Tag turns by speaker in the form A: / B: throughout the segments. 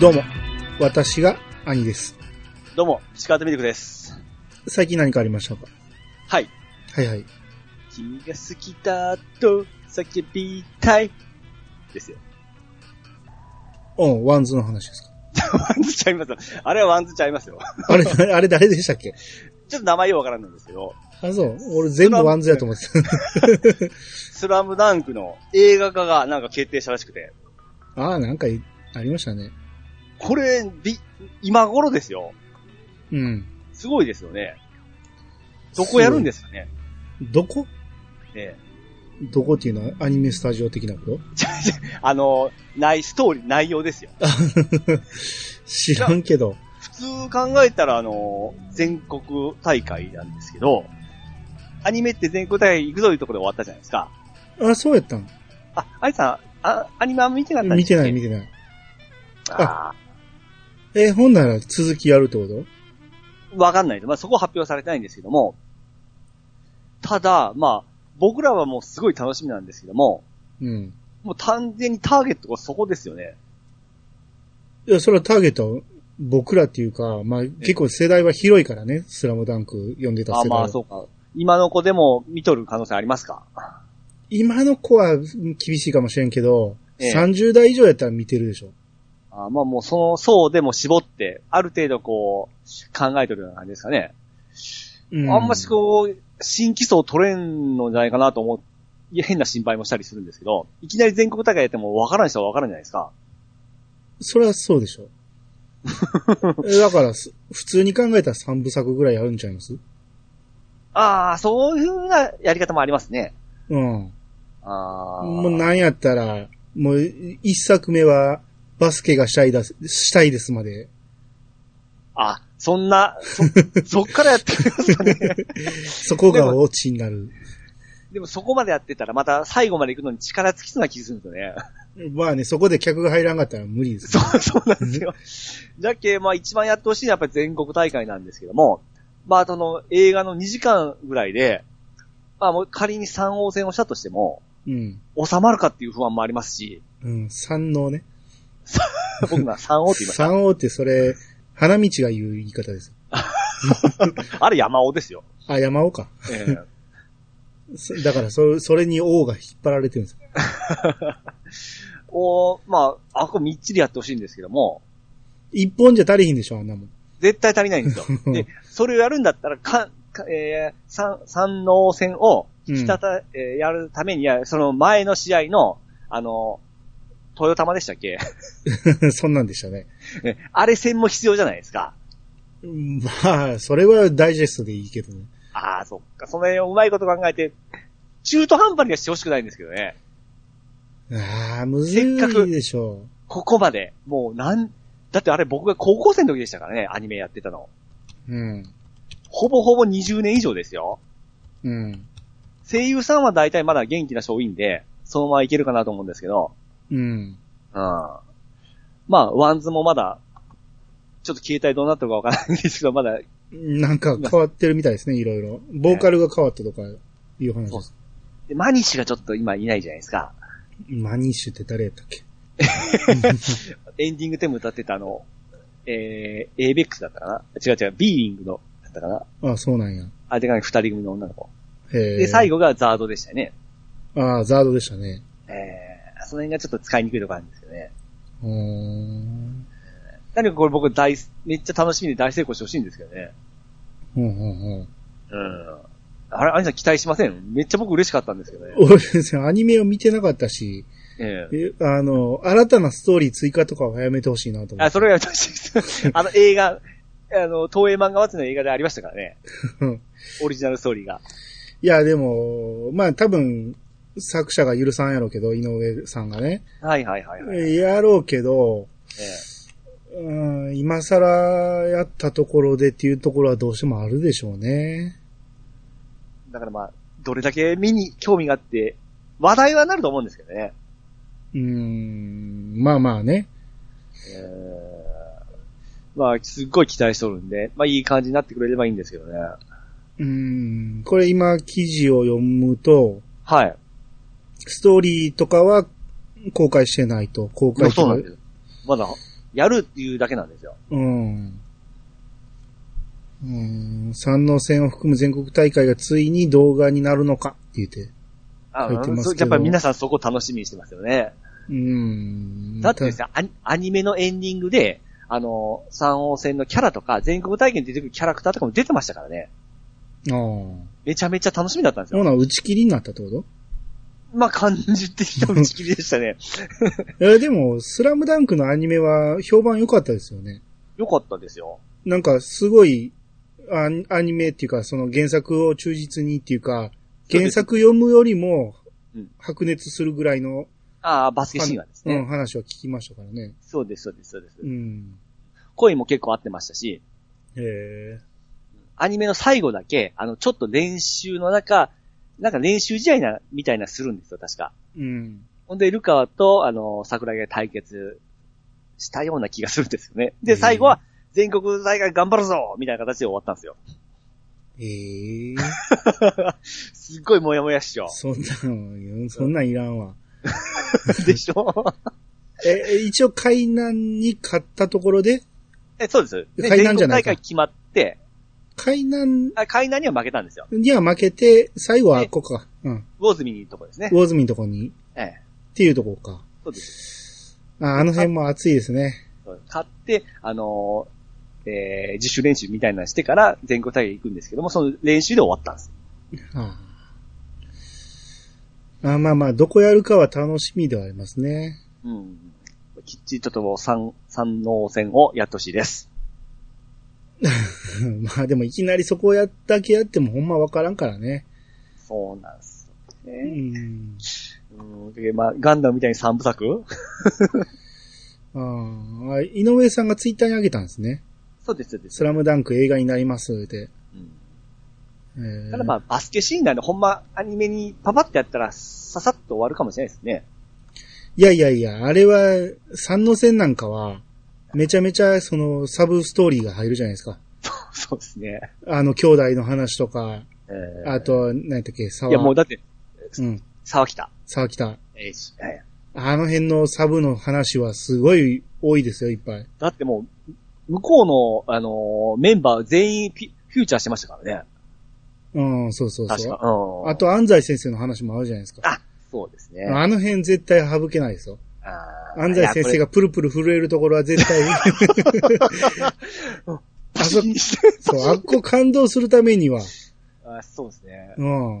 A: どうも、私が兄です。
B: どうも、ピチカートミルクです。
A: 最近何かありましたか
B: はい。
A: はいはい。
B: 君が好きだと叫びたい。ですよ。
A: うん、ワンズの話です
B: ワンズちゃいますよ。あれはワンズちゃいますよ。
A: かあれ、 あれ誰でしたっけ
B: ちょっと名前よくわからないんですけど、
A: あ、そう。俺全部ワンズやと思ってた。
B: スラムダンクの映画化がなんか決定したらしくて、
A: ああ、なんかいありましたね。
B: これ、び、今頃ですよ。
A: うん。
B: すごいですよね。どこやるんですかね。
A: どこ
B: ね
A: どこっていうのはアニメスタジオ的なこと
B: あの、ない、ストーリー、内容ですよ。
A: 知らんけど。
B: 普通考えたら、あの、全国大会なんですけど、アニメって全国大会行くぞいうところで終わったじゃないですか。
A: あ、そうやったん
B: あ、アイさん、あ、アニメは見てなかったんで
A: 見
B: す
A: て
B: よ
A: な
B: ね
A: い見てない。
B: あ
A: え、ほんなら続きやるってこと
B: ーわかんないです。まあ、そこは発表されてないんですけども。ただ、まあ、僕らはもうすごい楽しみなんですけども、
A: うん。
B: もう完全にターゲットがそこですよね。
A: いや、それはターゲットは僕らっていうか、まあ結構世代は広いからね。スラムダンク読んでた世
B: あ、
A: 代
B: ま
A: は
B: あ、。そうか。今の子でも見とる可能性ありますか
A: 今の子は厳しいかもしれんけど、
B: ええ
A: 30代以上やったら見てるでしょ。
B: あーまあ、もうその層でも絞って、ある程度こう、考えとるような感じですかね。
A: う
B: あんましこう、新規層取れんのじゃないかなと思う。いや変な心配もしたりするんですけど、いきなり全国大会やってもわからん人はわからんじゃないですか。
A: それはそうでし ょ。えだからす、普通に考えたら3部作ぐらいあるんちゃいます
B: ああ、そういうふうなやり方もありますね。
A: うん。
B: ああ。
A: もうなんやったら、もう1作目はバスケがしたいだす、したいですまで。
B: あ、そんな、そ、 そっからやってみますかね。
A: そこがオチになる。
B: でもそこまでやってたらまた最後まで行くのに力尽きそうな気がするんですよね。
A: まあね、そこで客が入らんかったら無理です。
B: そう、そうなんですよ。じゃっけ、まあ一番やってほしいのはやっぱり全国大会なんですけども、まあその映画の2時間ぐらいで、まあもう仮に3王戦をしたとしても、
A: うん。
B: 収まるかっていう不安もありますし、
A: うん、三能ね。
B: 僕今3王って言い まし
A: 三王ってそれ、花道が言う言い方です。
B: た。あれ山王ですよ。
A: あ、山尾か。
B: ええ
A: そだからそ、それに王が引っ張られてるんです。
B: おまあ、あこみっちりやってほしいんですけども、
A: 一本じゃ足りひんでしょ、あんなもん。
B: 絶対足りないんですよ。で、それをやるんだったら、か、かえー、三、三能戦を、ひたた、えーやるためには、その前の試合の、あの、豊玉でしたっけ
A: そんなん でしたね。
B: ねあれ戦も必要じゃないですか。
A: まあ、それはダイジェストでいいけどね。
B: ああ、そっか。その辺をうまいこと考えて、中途半端にはしてほしくないんですけどね。
A: ああ、むず
B: せっかく
A: いでしょ
B: ここまで、もうなん、だってあれ僕が高校生の時でしたからね、アニメやってたの。
A: う。うん。
B: ほぼほぼ20年以上ですよ。
A: うん。
B: 声優さんは大体まだ元気な人多いんで、そのままいけるかなと思うんですけど、
A: うん。
B: うん。まあ、ワンズもまだ、ちょっと携帯どうなってるかわからないんですけど、まだ、
A: なんか変わってるみたいですね、いろいろ。ボーカルが変わったとかいう話で
B: そうっ
A: す。
B: でマニッシュがちょっと今いないじゃないですか。
A: マニッシュって誰やったっけ
B: エンディングテーム歌ってたあの、えー、エイベックスだったかな違う違う、ビーリングの、だったかな
A: あそうなんや。
B: あれがね二人組の女の子。
A: へ
B: で、最
A: 後。
B: 後がザードでしたよね。
A: ああ、ザードでしたね。
B: えー、その辺がちょっと使いにくいところあるんですけどね。
A: うーん。
B: 何かこれ僕大、めっちゃ楽しみで大成功してほしいんですけどね。
A: ほんほんほん。
B: うん。あれ、アニさん期待しませんめっちゃ僕嬉しかったんですけどね。
A: 俺別にアニメを見てなかったし、
B: ええ
A: えあの、新たなストーリー追加とかはやめてほしいなと思
B: あ、
A: って。
B: それが私、 あの映画、あの、東映漫画祭の映画でありましたからね
A: うん。
B: オリジナルストーリーが。
A: いや、でも、まあ多分、作者が許さんやろうけど、井上さんがね。
B: はいはいはい、はい。え
A: やろうけど、
B: え
A: うん、今更やったところでっていうところはどうしてもあるでしょうね。
B: だからまあ、どれだけ見に興味があって、話題はなると思うんですけどね。
A: うん、まあまあね。
B: えーまあ、すっごい期待しとるんで、まあいい感じになってくれればいいんですけどね。
A: うん、これ今記事を読むと、
B: はい。
A: ストーリーとかは公開してないと。公開
B: そうなん
A: と
B: で
A: か
B: す。まだやるっていうだけなんですよ。
A: うん。うん、山王戦を含む全国大会がついに動画になるのかって言って。
B: あ
A: 入ってます
B: そう
A: け
B: や
A: ど
B: っぱり皆さんそこ楽しみにしてますよね。
A: うん。
B: だってですね、アニアニメのエンディングで、あの、三王戦のキャラとか、全国体験に出てくるキャラクターとかも出てましたからね。
A: ああ。ほ
B: めちゃめちゃ楽しみだったんですよ。
A: な、打ち切りになったってこと
B: まあ、感じてきた打ち切りでした ね。
A: えーでも、スラムダンクのアニメは評判良かったですよね。
B: よかったですよ。
A: なんか、すごい、アニアニメっていうか、その原作を忠実にっていうか、原作読むよりも
B: うん、
A: 白熱するぐらいの、
B: ああ、バスケシーンはですね。
A: うん、話は聞きましたからね。
B: そうです、そうです、そうです。
A: うん。
B: 恋も結構合ってましたし、
A: へえ。
B: アニメの最後だけ、あの、ちょっと練習の中、なんか練習試合な、みたいなするんですよ、確か。
A: うん。
B: ほんで、ルカワと、あの、桜木が対決したような気がするんですよね。
A: う
B: で、
A: ん
B: 最後は、全国大会頑張るぞみたいな形で終わったんですよ。
A: ええ
B: すっごいもやもやっしょ。
A: そんなん、そんなんいらんわ。
B: でしょ
A: え、一応、海南に勝ったところで、
B: えそうです。で
A: 海
B: 全
A: 南じゃ
B: 国
A: ない
B: 大
A: か
B: 会決まって、
A: 海南
B: あ海南には負けたんですよ。
A: には負けて、最後はここか。うん。
B: 魚住のとこですね。
A: 魚住のとこに、
B: ええ。
A: っていうとこか。
B: そうです。
A: ああの辺も暑いですね。
B: そうです勝って、あのーえー自主練習みたいなのしてから全国大会行くんですけども、その練習で終わったんです。
A: あああまあまあ、どこやるかは楽しみではありますね。
B: うん。きっちりととも三、三能戦をやってほしいです。
A: まあでもいきなりそこをやったけやってもほんまわからんからね。
B: そうなんですよ
A: う
B: ね。
A: ん。
B: うん。で、まあ、ガンダムみたいに三部作
A: ああ、井上さんがツイッターに上げたんですね。
B: そうです、そうです。
A: スラムダンク映画になりますって。
B: うん
A: えー
B: ただまあ、バスケシーンなんで、ほんま、アニメにパパってやったら、ささっと終わるかもしれないですね。
A: いやいやいや、あれは、三の線なんかは、めちゃめちゃそのサブストーリーが入るじゃないですか。
B: そうですね。
A: あの兄弟の話とか、
B: えー
A: あと、何やったっけ、沢。
B: いや、もうだって、
A: うん、
B: 沢北。
A: 沢北。
B: えーしはい
A: あの辺のサブの話はすごい多いですよ、いっぱい。
B: だってもう、向こうの、あのーメンバー全員フィフューチャーしてましたからね。
A: うん、そうそう
B: 確
A: そう
B: か。。うん。
A: あ、と、安西先生の話もあるじゃないですか。
B: あ、そうですね。
A: あの辺絶対省けないですよ。
B: あー
A: 安西先生。がプルプル震えるところは絶対、
B: あ
A: そ
B: そ
A: う、あっこ感動するためには、
B: あそうですね。
A: うん、
B: あー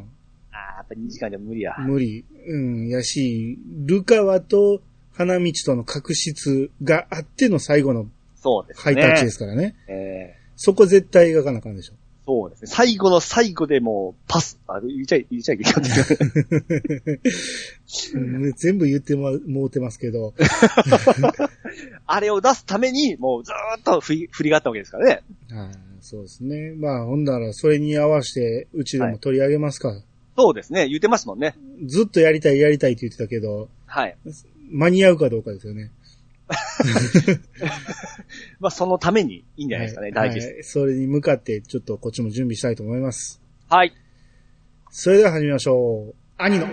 B: やっぱ2時間じゃ無理や。
A: 無理。うん、やし、ルカワと花道との確執があっての最後の
B: そうですね。
A: ハイタッチですからね。
B: え
A: そこ絶対描かなあかんでしょ。
B: ーそうですね。最後の最後でもう、パス、あ、言っちゃい、言っちゃいけないんです けど
A: うん全部言っても、もうてますけど。
B: あれを出すために、もうずーっと振り、振りがあったわけですからね。
A: はい、そうですね。まあ、ほんなら、それに合わせて、うちでも取り上げますか。
B: そうですね。言ってますもんね。
A: ずっとやりたい、やりたいって言ってたけど、
B: はい。
A: 間に合うかどうかですよね。
B: まあ、そのためにいいんじゃないですかね。
A: は
B: 大
A: い
B: 事です。
A: はいそれに向かって、ちょっとこっちも準備したいと思います。
B: はい。
A: それでは始めましょう。兄の、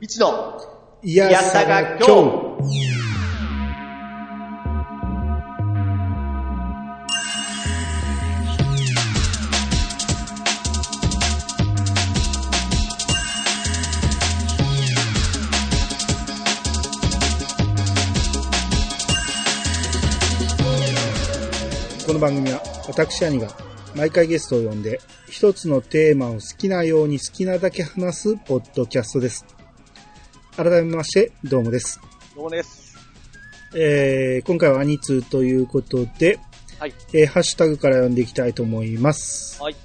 B: 一度。
A: いやさが今日。この番組は私兄が毎回ゲストを呼んで一つのテーマを好きなように好きなだけ話すポッドキャストです。改めまして、どうもです。
B: どうもです。
A: えー今回は兄通ということで、
B: はい
A: えーハッシュタグから読んでいきたいと思います。
B: はい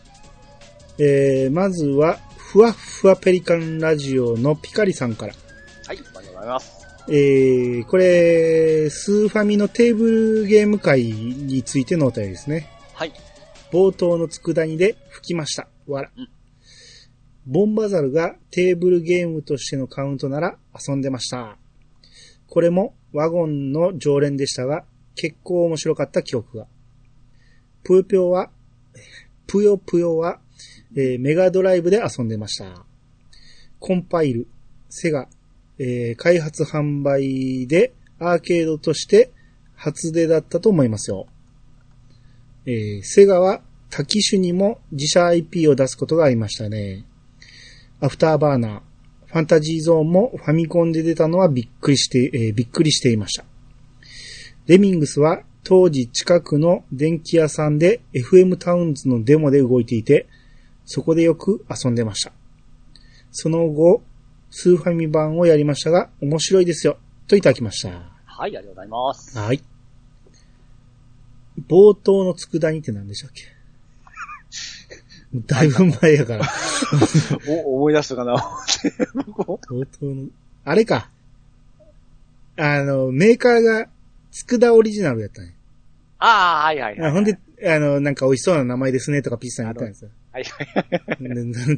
A: えーまずは、ふわっふわペリカンラジオのピカリさんから。
B: はい。ありがとうございます。
A: えーこれ、スーファミのテーブルゲーム会についてのお便りですね。
B: はい。
A: 冒頭の佃煮で吹きました。わら
B: うん。
A: ボンバザルがテーブルゲームとしてのカウントなら遊んでました。これもワゴンの常連でしたが、結構面白かった記憶が。ぷよぷよは、ぷよぷよは、えーメガドライブで遊んでました。コンパイル、セガ、えー開発販売でアーケードとして初出だったと思いますよ。えー、セガは多機種にも自社 IP を出すことがありましたね。アフターバーナー、ファンタジーゾーンもファミコンで出たのはびっくりして、えーびっくりしていました。レミングスは当時近くの電気屋さんで FM タウンズのデモで動いていて、そこでよく遊んでました。その後、スーファミ版をやりましたが、面白いですよ、といただきました。
B: はい、ありがとうございます。
A: はい。冒頭の佃煮って何でしたっ けもうだいぶ前やから。
B: お、思い出したかなこ
A: 冒頭の、あれか。あの、メーカーが、佃オリジナルやったね。
B: う ああ、はいはいはい。
A: あほんで、あの、なんか美味しそうな名前ですねとかピッチさんやったんですよ。
B: はいはいはい。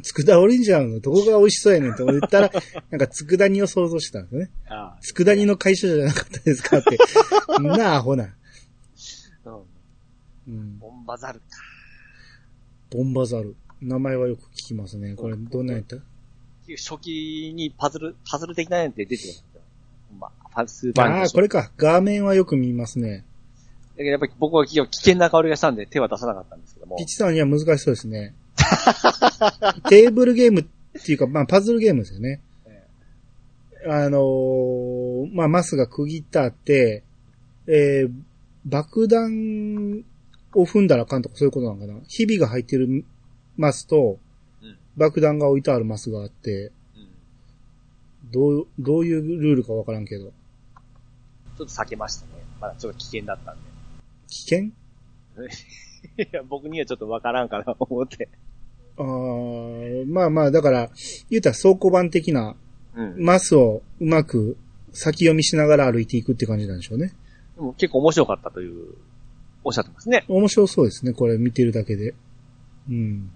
A: で佃オリジナルのどこが美味しそうやねんと言った ら、なんか佃煮を想像してたんですよね。
B: あ
A: 佃煮の会社じゃなかったですか って。なあ、ほな。
B: あ、うん。
A: うん。
B: ボンバザルか。
A: ボンバザル。名前はよく聞きますね。これ、どんなんやった
B: 初期にパズル、パズル的なやつで出てましたよ。まあ、パズル版
A: あ
B: と
A: あ、
B: して
A: これか。画面はよく見ますね。
B: だけどやっぱり僕は危険な香りがしたんで手は出さなかったんですけども
A: ピッ。チさんには難しそうです ね。テーブルゲームっていうか、まあ、パズルゲームですよね。
B: え
A: あのーまあ、マスが区切ってあって、えー、爆弾を踏んだらあかんとかそういうことなのかな。ひびが入ってるマスと
B: うん、
A: 爆弾が置いてあるマスがあって、
B: うん
A: どう、どういうルールかわからんけど。
B: ちょっと避けましたね。まだちょっと危険だったん
A: 危険
B: で。い や、僕にはちょっとわからんかなと思って。
A: あーまあまあ、だから、言うたら倉庫版的な
B: うん。
A: マスをうまく先読みしながら歩いていくって感じなんでしょうね。
B: でも結構面白かったという、おっしゃってますね。
A: 面白そうですね、これ見てるだけで。うん。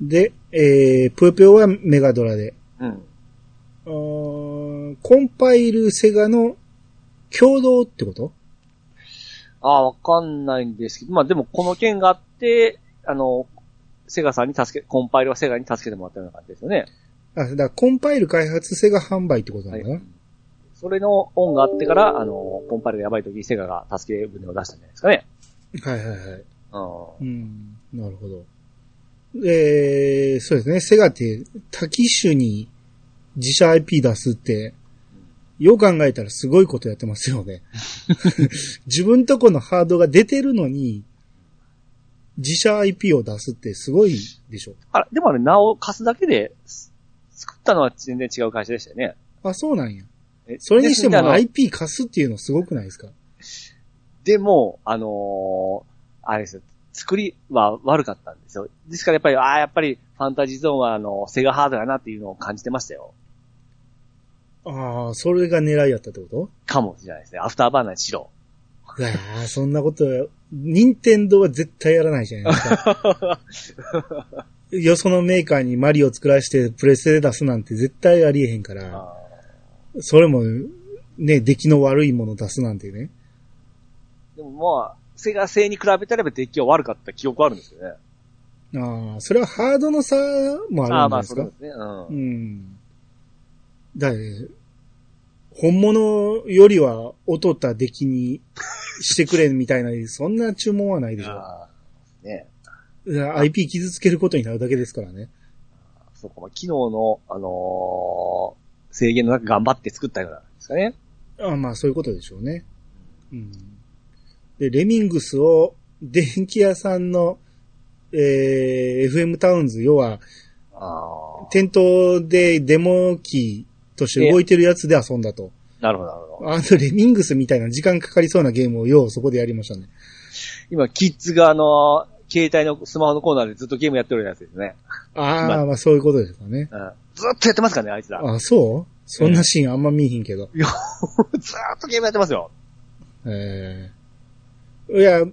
A: で、えー、ぷよぷよはメガドラで。
B: うん。
A: あーコンパイルセガの共同ってこと
B: ああ、わかんないんですけど、まあでもこの件があって、あの、セガさんに助け、コンパイルはセガに助けてもらったような感じですよね。
A: あ、だからコンパイル開発セガ販売ってことな
B: は
A: の
B: い
A: かな、。
B: それの恩があってから、あの、コンパイルがやばい時、セガが助け船を出したんじゃないですかね。
A: はい、はいはいはい
B: うん。
A: うん、なるほど。えー、そうですね、セガって多機種に自社 IP 出すって、よう考えたらすごいことやってますよね。 自分とこのハードが出てるのに、自社 IP を出すってすごいでしょ。
B: あら、でもあれ、名を貸すだけで、す作ったのは全然違う会社でしたよね。
A: あ、そうなんや。
B: え
A: それにして
B: ですんで
A: も
B: あの
A: IP 貸すっていうのすごくないですか
B: でも、あのーあれですよ。作りは悪かったんですよ。ですからやっぱり、ああ、やっぱりファンタジーゾーンはあの、セガハードやなっていうのを感じてましたよ。
A: ああ、それが狙いやったってこと
B: かもしれないですね。アフターバーナーにしろ。
A: いやーそんなこと、任天堂は絶対やらないじゃないですか。 よそのメーカーにマリオ作らしてプレステで出すなんて絶対ありえへんから、
B: あ
A: それも、ね、出来の悪いもの出すなんてね。
B: ーでもまあ、セガ製に比べたらデッキは悪かった記憶はあるんですけどね。
A: ああ、それはハードの差も
B: あ
A: あるんじ
B: あー、
A: ゃ
B: ま
A: ない
B: あ
A: です
B: そう
A: か。
B: ですね。うん。
A: うん。だって本物よりは劣った出来にしてくれみたいな、そんな注文はないでしょ。
B: あーね
A: IP 傷つけることになるだけですからね。
B: そうか、まあ、機能の、あのー制限の中頑張って作ったようなんですかね。
A: あまあ、そういうことでしょうね。うん。で、レミングスを電気屋さんの、えー、FM タウンズ、要は、
B: ああ。
A: 店頭でデモ機として動いてるやつで遊んだと。
B: なるほど、なるほど。
A: あの、レミングスみたいな時間かかりそうなゲームをようそこでやりましたね。
B: 今、キッズがあのー携帯のスマホのコーナーでずっとゲームやってるやつですね。
A: ああ、
B: ま
A: ま
B: あ
A: あ、そういうことですかね。
B: うん。ずっとやってますからね、あいつら。
A: あそうそんなシーンあんま見えへんけど。
B: いや、 ずーっとゲームやってますよ。
A: ええいや、フ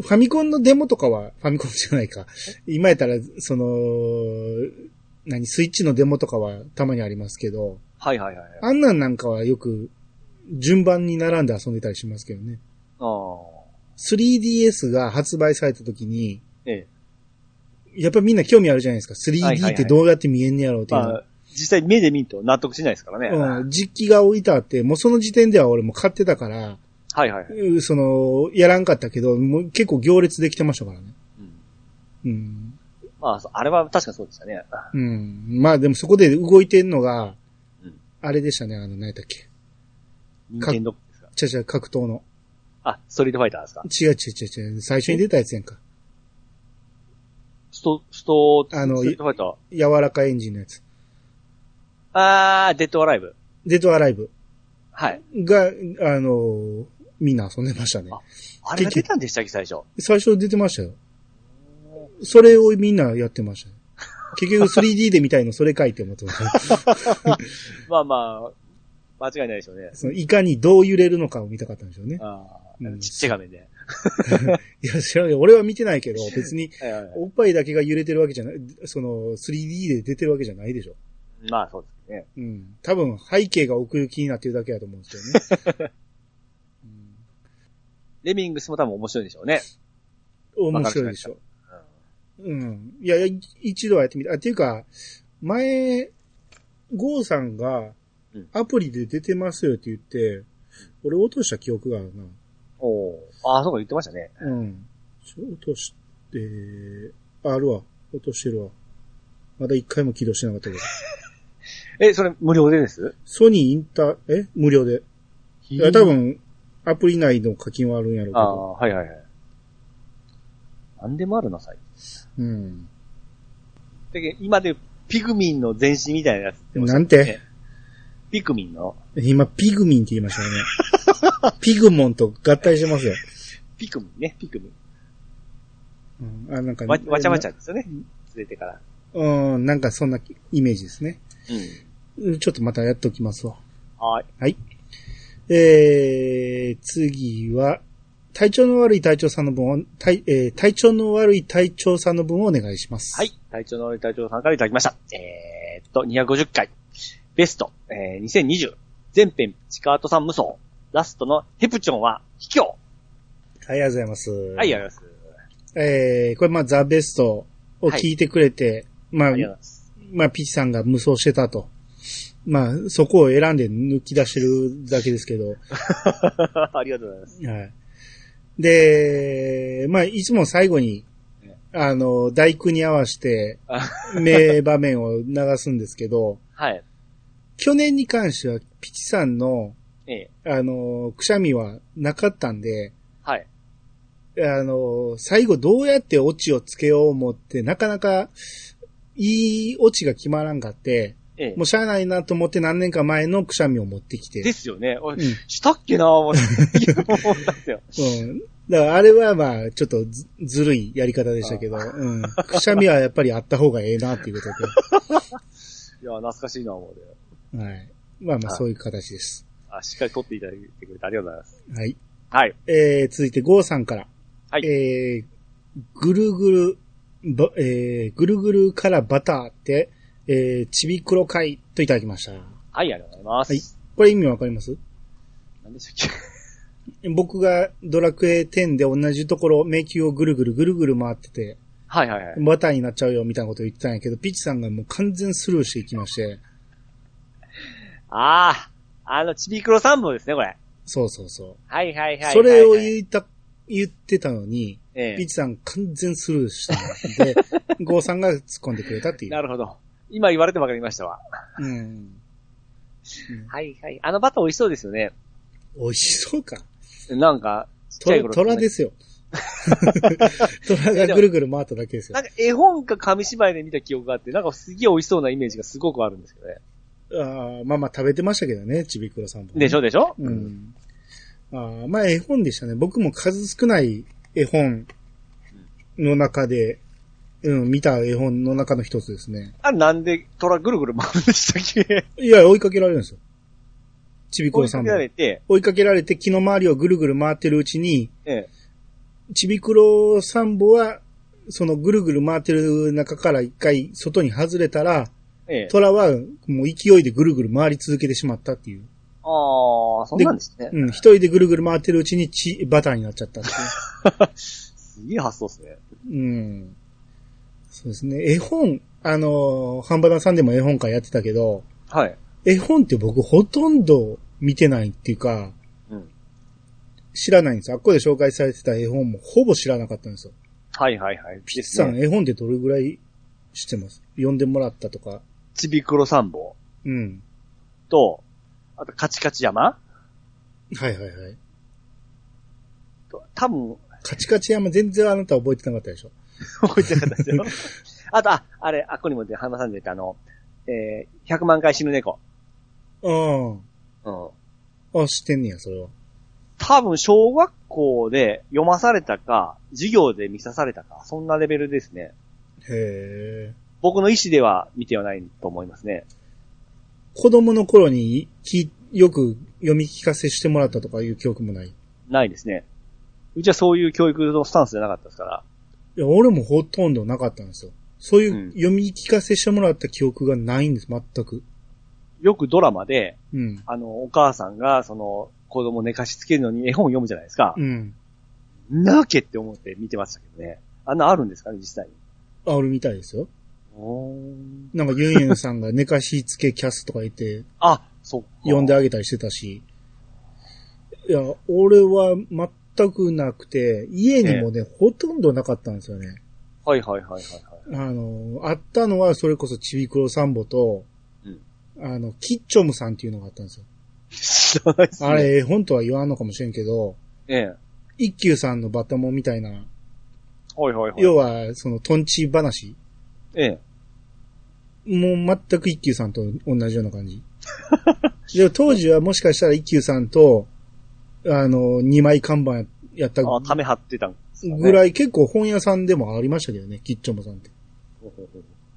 A: ァミコンのデモとかは、ファミコンじゃないか。今やったら、その、何、スイッチのデモとかはたまにありますけど、
B: はいはいはい。あ
A: あんなんなんかはよく順番に並んで遊んでたりしますけどね。
B: あ。
A: 3DS が発売された時に、
B: ええ。
A: やっぱりみんな興味あるじゃないですか。
B: はい
A: 3D
B: はい
A: ってどうやって見えんねやろうっていうの。
B: まあ、実際目で見ると納得しないですからね。
A: うん、実機が置いてあって、もうその時点では俺も買ってたから、
B: はいはいはい。
A: うんその、やらんかったけど、もう結構行列できてましたからね。
B: うん
A: うん。
B: まあ、そあれは確かそうでしたね。
A: うん。まあでもそこで動いてんのが
B: うん、
A: あれでしたね、あの、何やったっけ。
B: 任天堂ですか
A: ちゃちゃ格闘の。
B: あ、ストリートファイターですか
A: 違う違う違う違う。最初に出たやつやんか。
B: スト、スト、
A: あの
B: ストリートファイター。
A: 柔らかいエンジンのやつ。
B: あー、デッドアライブ。
A: デッドアライブ
B: はい。
A: が、あの、みんな遊んでましたね。
B: ああれが出たんでしたっけ、最初。
A: 最初出てましたよ。それをみんなやってましたね。結局 3D で見たいのそれかいって思ってま した。
B: まあまあ、間違いないでしょうね。
A: そのいかにどう揺れるのかを見たかったんでしょうね。
B: あ
A: う
B: ー
A: ん
B: ちっちゃい画面で。
A: いや、知らんよ。俺は見てないけど、別に、
B: はいはいはい
A: おっぱいだけが揺れてるわけじゃない、その、3D で出てるわけじゃないでしょ。
B: まあ、そうですね。
A: うん。多分、背景が奥行きになってるだけだと思うんですよね。
B: レミングスも多分面白いでしょうね。
A: うん、面白いでしょ。うん。いや、いや一度はやってみた。あ、っていうか、前、ゴーさんが
B: うん、
A: アプリで出てますよって言って、俺落とした記憶があるな。
B: おおー。ああ、そうか言ってましたね。
A: うん。ちょ落として、ああるわ。落としてるわ。まだ一回も起動してなかったけど。
B: え、それ無料でです
A: ソニーインター、え無料で。いや、多。分、アプリ内の課金はあるんやろうけ
B: あ
A: ど。
B: あ、はいはいはい。なんでもあるな、最近
A: うん。
B: で今でピグミンの前身みたいなやつって
A: なんて、
B: ピグミンの
A: 今、ピグミンって言いましたよ ね。ピグモンと合体してますよ。
B: ピクミンね、ピクミ
A: うん、あ、なんか、
B: ン。わわちゃわちゃですよね。連れてから。
A: うん、なんかそんなイメージですね。
B: うん。
A: うんちょっとまたやっときますわ。
B: はい。
A: えー、次は、体調の悪い隊長さんの分を、体、えー体調の悪い隊長さんの分をお願いします。
B: はい。。隊長の俺隊長さんからいただきました。えーっと、250回。ベスト、えー、2020。前編、チカートさん無双。ラストのヘプチョンは、卑怯。
A: ありがとうございます。
B: は、
A: はい
B: ありがとうございます。
A: えー、これまあ、ザ・ベストを聞いてくれて、
B: あ
A: まあ
B: りがとうござい、ます。
A: まあ、ピチさんが無双してたと。まあ、そこを選んで抜き出してるだけですけど。
B: ありがとうございます。
A: はい。で、まあ、いつも最後に
B: ね、
A: あの、大工に合わせて、名場面を流すんですけど、
B: はい。
A: 去年に関しては、ピチさんの、
B: ええ
A: あの、くしゃみはなかったんで、
B: はい。
A: あの、最後どうやってオチをつけよう思って、なかなか、いいオチが決まらんかって、
B: ええ
A: もうしゃあないなと思って何年か前のくしゃみを持ってきて。
B: ですよね。俺
A: うん
B: したっけなぁ、 思ったんですよ。
A: うん。だからあれはまあ、ちょっとずずるいやり方でしたけど、うん。くしゃみはやっぱりあった方がええなっていうこ
B: いや、懐かしいなぁ、思うで。
A: と で。はい。まあまあ、
B: はい
A: そういう形です。
B: あ、しっかり撮っていただいてくれてありがとうございます。
A: はい。
B: はい。
A: えー、続いて、ゴーさんから。
B: はい
A: えー、ぐるぐる、ばえー、ぐるぐるからバターって、えー、ちび黒貝といただきました。
B: はい、ありがとうございます。
A: はいこれ意味わかります
B: 何でしたっ
A: 僕がドラクエ10で同じところ、迷宮をぐるぐるぐるぐる回ってて、
B: け はいはいはい。
A: バターになっちゃうよみたいなことを言ってたんやけど、ピッチさんがもう完全スルーしていきまして、
B: ああ、あの、ちびくろ三本ですね、これ。
A: そうそうそう。
B: はいはいはいはいはい。
A: それを言った、言ってたのに、
B: え
A: ピッチさん完全スルーしたので、 ゴーさんが突っ込んでくれたって
B: え
A: い
B: な
A: う。
B: るほど。今言われてわかりましたわ。
A: うん。
B: はいはい。あのバター美味しそうですよね。
A: 美味しそうか。
B: なんか、ちっちゃい
A: ト
B: 頃。
A: ラです よ。トラがぐるぐる回っただけですよ
B: なん。か絵本か紙芝居で見た記憶があって、なんかすげえ美味しそうなイメージがすごくあるんですけどね。
A: あーまあまあ食べてましたけどね、ちびくろさんも。
B: でしょでしょ
A: うん。あーまあ絵本でしたね。僕も数少ない絵本の中で、うん、見た絵本の中の一つですね。
B: あれなんで虎ぐるぐる回るんでしたっけ
A: いや、追いかけられるんですよ。ちびく
B: 追
A: ろ
B: い
A: さ
B: か
A: ん
B: け
A: も
B: ら。れて、
A: 追いかけられて木の周りをぐるぐる回ってるうちに、
B: ええ、
A: ちびくろさんぼは、そのぐるぐる回ってる中から一回外に外れたら、
B: ええ。
A: 虎はもう勢いでぐるぐる回り続けてしまったっていう。
B: ああ、そんなんですね。
A: うん、一人でぐるぐる回ってるうちにち、バターになっちゃったっていう。
B: すげえ発想ですね。
A: うん。そうですね。絵本、あのー、ハンバナさんでも絵本会やってたけど、
B: はい。
A: 絵本って僕ほとんど見てないっていうか、
B: うん。
A: 知らないんですよ。あっこで紹介されてた絵本もほぼ知らなかったんですよ。
B: はいはいはい。
A: ピッツさん、
B: ね。
A: 絵本でどれぐらい知ってます読んでもらったとか。
B: ちびくろ三本
A: うん。
B: と、あとカチカチ山
A: はいはいはい。
B: と多分、
A: カチカチ山全然あなた覚えてなかったでしょ。
B: 覚えてなかった ですよ。あと、あ、あれ、あっこにもで話さんでたあの、えー、100万回死ぬ猫。
A: う
B: うん。
A: ん。あ、知ってんねや、それは。
B: 多分、小学校で読まされたか、授業で見さされたか、そんなレベルですね。
A: へえ。
B: 僕の意思では見てはないと思いますね。
A: 子供の頃にきよく読み聞かせしてもらったとかいう記憶もない。い
B: ないですね。うちはそういう教育のスタンスじゃなかったですから。
A: や、俺もほとんどなかったんですよ。そうい
B: うん
A: う読み聞かせしてもらった記憶がないんです、全く。
B: よくドラマで、
A: うん。
B: あの、お母さんが、その、子供寝かしつけるのに絵本読むじゃないですか。
A: うん。
B: なけって思って見てましたけどね。あんなあるんですかね、実際に。
A: あるみたいですよ。
B: おー
A: なんかユンユンさんが寝かしつけキャスとか言って、
B: あ、そっか。
A: 呼んであげたりしてたし。いや、俺は全くなくて、家にもね、ほとんどなかったんですよね。
B: はいはいはいはいはい。
A: あの、あったのは、それこそちびくろサンボと、
B: うん
A: あの、キッチョムさんっていうのがあったんですよ。
B: 知らないですね。
A: あれ、本当は言わんのかもしれんけど、
B: ええ。
A: 一休さんのバッタモンみたいな、
B: はいはいはい。
A: 要は、その、トンチ話。
B: ええ。
A: もう全く一休さんと同じような感 じ。でも当時はもしかしたら一休さんと、あの、二枚看板やった
B: あ、ため張ってたんですかね。
A: ぐ
B: い。
A: らい結構本屋さんでもありましたけどね、キッチョムさんって。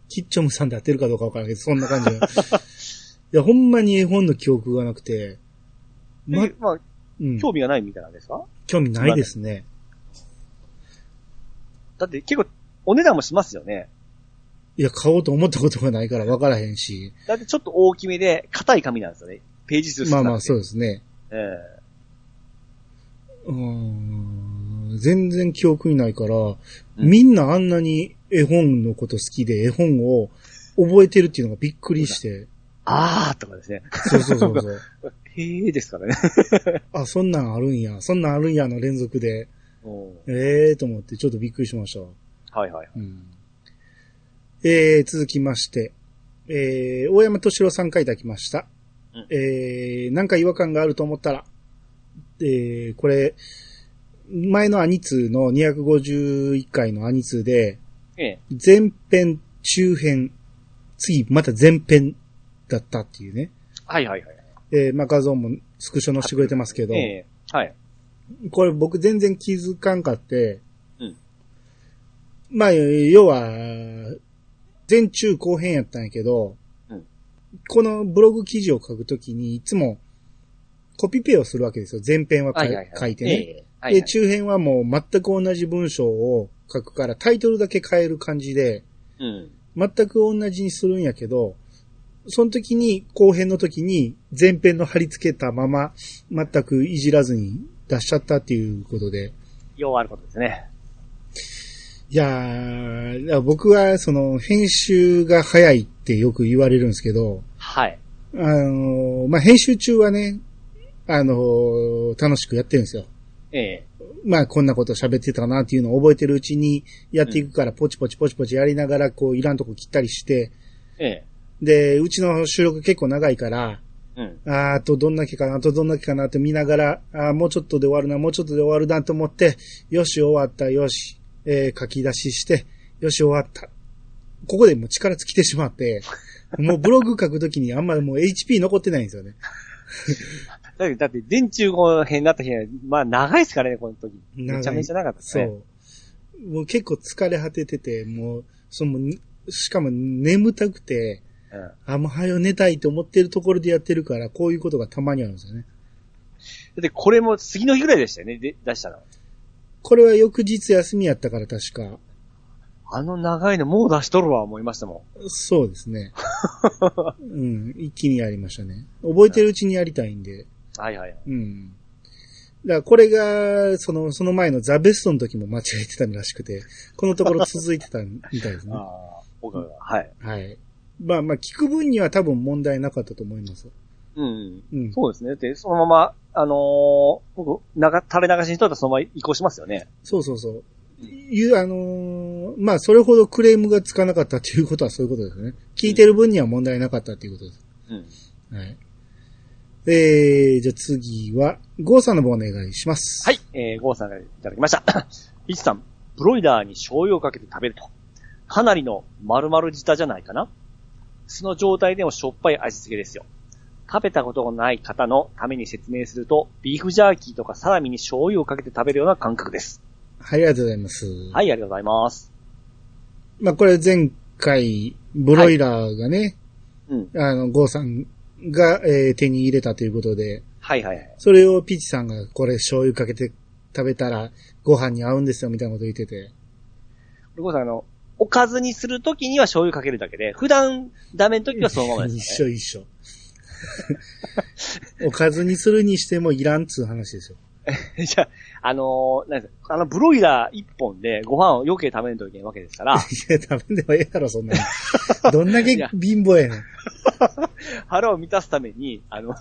A: キッチョムさんでやってるかどうかわからんけど、そんな感じ の。いや、ほんまに絵本の記憶がなくて、ま、
B: でまあ、
A: うん、
B: 興味がないみたいなんですか
A: 興味ないですね。
B: だって結構、お値段もしますよね。
A: いや、買おうと思ったことがないから分からへんし、
B: だってちょっと大きめで、硬い紙なんですよね。ページ数少な
A: まあ
B: くて
A: まあそうですね。
B: ええ。
A: うーん、全然記憶にないから、
B: ん
A: みんなあんなに絵本のこと好きで絵本を覚えてるっていうのがびっくり して、
B: あーとかですね。
A: そうそうそうそう。
B: へーですからね。
A: あ、そんなんあるんや、そんなんあるんやの連続で、
B: うん
A: ええー、と思ってちょっとびっくりしましたわ。
B: はいはい。
A: うんえー、続きまして、えー、大山敏郎さんからいただきました。
B: うん
A: えー、なんか違和感があると思ったら、えー、これ、前のアニツーの251回のアニツーで、
B: ええ。
A: 前編、中編、次また前編だったっていうね。
B: はいはいはい。
A: えー、まあ画像もスクショ載せてくれてますけど、
B: ええ。はい。
A: これ僕全然気づかんかって、
B: うん
A: まあ、要は、前中後編やったんやけど、
B: うん
A: このブログ記事を書くときにいつもコピペをするわけですよ。前編はか
B: はいはいはい。
A: 書いて
B: え
A: ね。
B: え。はいはい
A: で、。中編はもう全く同じ文章を書くからタイトルだけ変える感じで、
B: うん。
A: 全く同じにするんやけど、その時に、後編の時に、前編の貼り付けたまま、全くいじらずに出しちゃったっていうことで、
B: ようあることですね。
A: いやー、いや僕は、その、編集が早いってよく言われるんですけど、
B: はい。
A: あのーまあ、編集中はね、あのー楽しくやってるんですよ。
B: ええ。
A: まあ、こんなこと喋ってたなっていうのを覚えてるうちにやっていくから、ポチポチポチポチやりながら、こう、いらんとこ切ったりして、
B: ええ。
A: で、うちの収録結構長いから、
B: うん。
A: あーあとどんだけかな、あとどんだけかなって見ながら、あーもうちょっとで終わるな、もうちょっとで終わるなと思って、よし、終わった、よし、えー書き出しして、よし、終わった。ここでもう力尽きてしまって、 もうブログ書くときにあんまりもう HP 残ってないんですよね。
B: だって、だって、電柱後編だった日は、まあ長いですからね、この時。
A: 長い
B: めちゃめちゃ長かったです
A: そ
B: ね。
A: う。もう結構疲れ果ててて、もう、その、にしかも眠たくて、
B: うん
A: あ、もう早よ寝たいと思ってるところでやってるから、こういうことがたまにあるんですよね。
B: だって、これも次の日ぐらいでしたよね、で出したの。
A: これは翌日休みやったから確か、
B: あの長いのもう出しとるわ、思いましたも
A: そうですね。うん。一気にやりましたね。覚えてるうちにやりたいんで。
B: ん。はいはい。
A: うん。だからこれが、その、その前のザ・ベストの時も間違えてたらしくて、このところ続いてたみたいです ね。
B: ああ、僕は、はい。
A: はい。まあまあ、聞く分には多分問題なかったと思います。
B: うん。
A: うん。
B: そうですね。で、そのまま、あのー僕、流垂れ流しにしといたらそのまま移行しますよね。
A: そうそうそう。いう、あのーまあ、それほどクレームがつかなかったということはそういうことですね。聞いてる分には問題なかったということです。
B: うん。
A: はい。えー、じゃあ次は、ゴーさんの方お願いします。
B: はい、えー、ゴーさんがいただきました。 イチさん、ブロイダーに醤油をかけて食べると。かなりの丸々舌じゃないかな素の状態でもしょっぱい味付けですよ。食べたことのない方のために説明すると、ビーフジャーキーとかサラミに醤油をかけて食べるような感覚です。
A: はい、ありがとうございます。
B: はい、ありがとうございます。
A: まあ、これ前回、ブロイラーがね、
B: うん。
A: あの、ゴーさんが、えー手に入れたということで、
B: はいはいはい。
A: それをピチさんがこれ醤油かけて食べたらご飯に合うんですよみたいなこと言ってて。
B: ゴーさん、あの、おかずにするときには醤油かけるだけで、普段ダメのときはそのままです、ね。
A: 一緒一緒。おかずにするにしてもいらんっつう話ですよ。
B: じゃあ、あのーなんですかあの、ブロイラー一本でご飯を余計食べんといけないわけですから、
A: いや、食べんでもええやろ、そんなのどんだけ貧乏やねん。
B: 腹を満たすために、あの、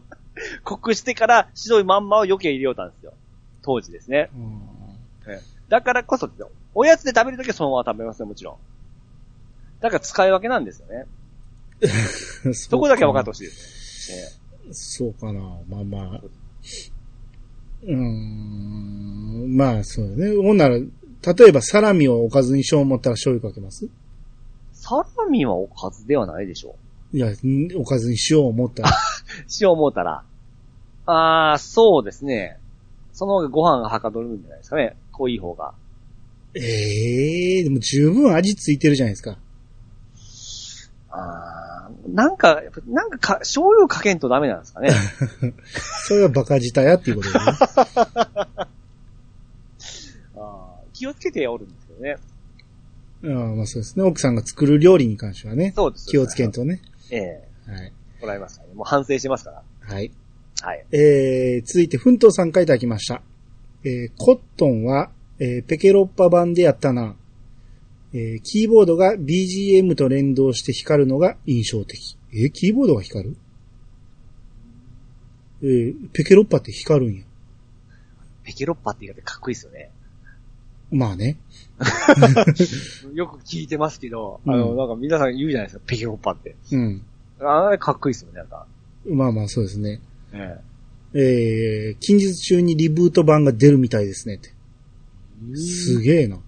B: 酷してから白いまんまを余計入れようたんですよ。当時ですね。
A: うん
B: だからこそですよ、おやつで食べるときはそのまま食べますね、もちろん。だから使い分けなんですよね。 そこだけは分かってほしいですね。ね
A: そうかな、まあまあ。うーん、まあそうね。ほんなら、例えばサラミをおかずにしよう思ったら醤油かけます
B: サラミはおかずではないでしょ
A: いや、んおかずにしよう思ったら。
B: う。しよう思うたら。あー、そうですね。その方がご飯がはかどるんじゃないですかね。濃い方が。
A: ええでも十分味ついてるじゃないですか。
B: あー、なんか、なんかか、醤油かけんとダメなん ですかね。
A: それはバカ舌やっていうことでね。
B: あー気をつけておるんですけどね。
A: うん、まあそうですね。奥さんが作る料理に関してはね。
B: そうです。
A: 気をつけんとね。
B: ええ
A: はい。
B: もらいますからね。もう反省してますから。
A: はい。
B: はい。
A: えー、続いて、奮闘さんからいただきました。えー、コットンは、えー、ペケロッパ版でやったな。えー、キーボードが BGM と連動して光るのが印象的。えー、キーボードが光るえー、ペケロッパって光るんや。
B: ペケロッパって言い方かっこいいですよね。
A: まあね。
B: よく聞いてますけど、
A: うん
B: あの、なんか皆さん言うじゃないですか、ペケロッパって。
A: うん。
B: あれかっこいいですよね、なんか。
A: まあまあそうですね。
B: え
A: えー、近日中にリブート版が出るみたいですねって。
B: え
A: すげえな。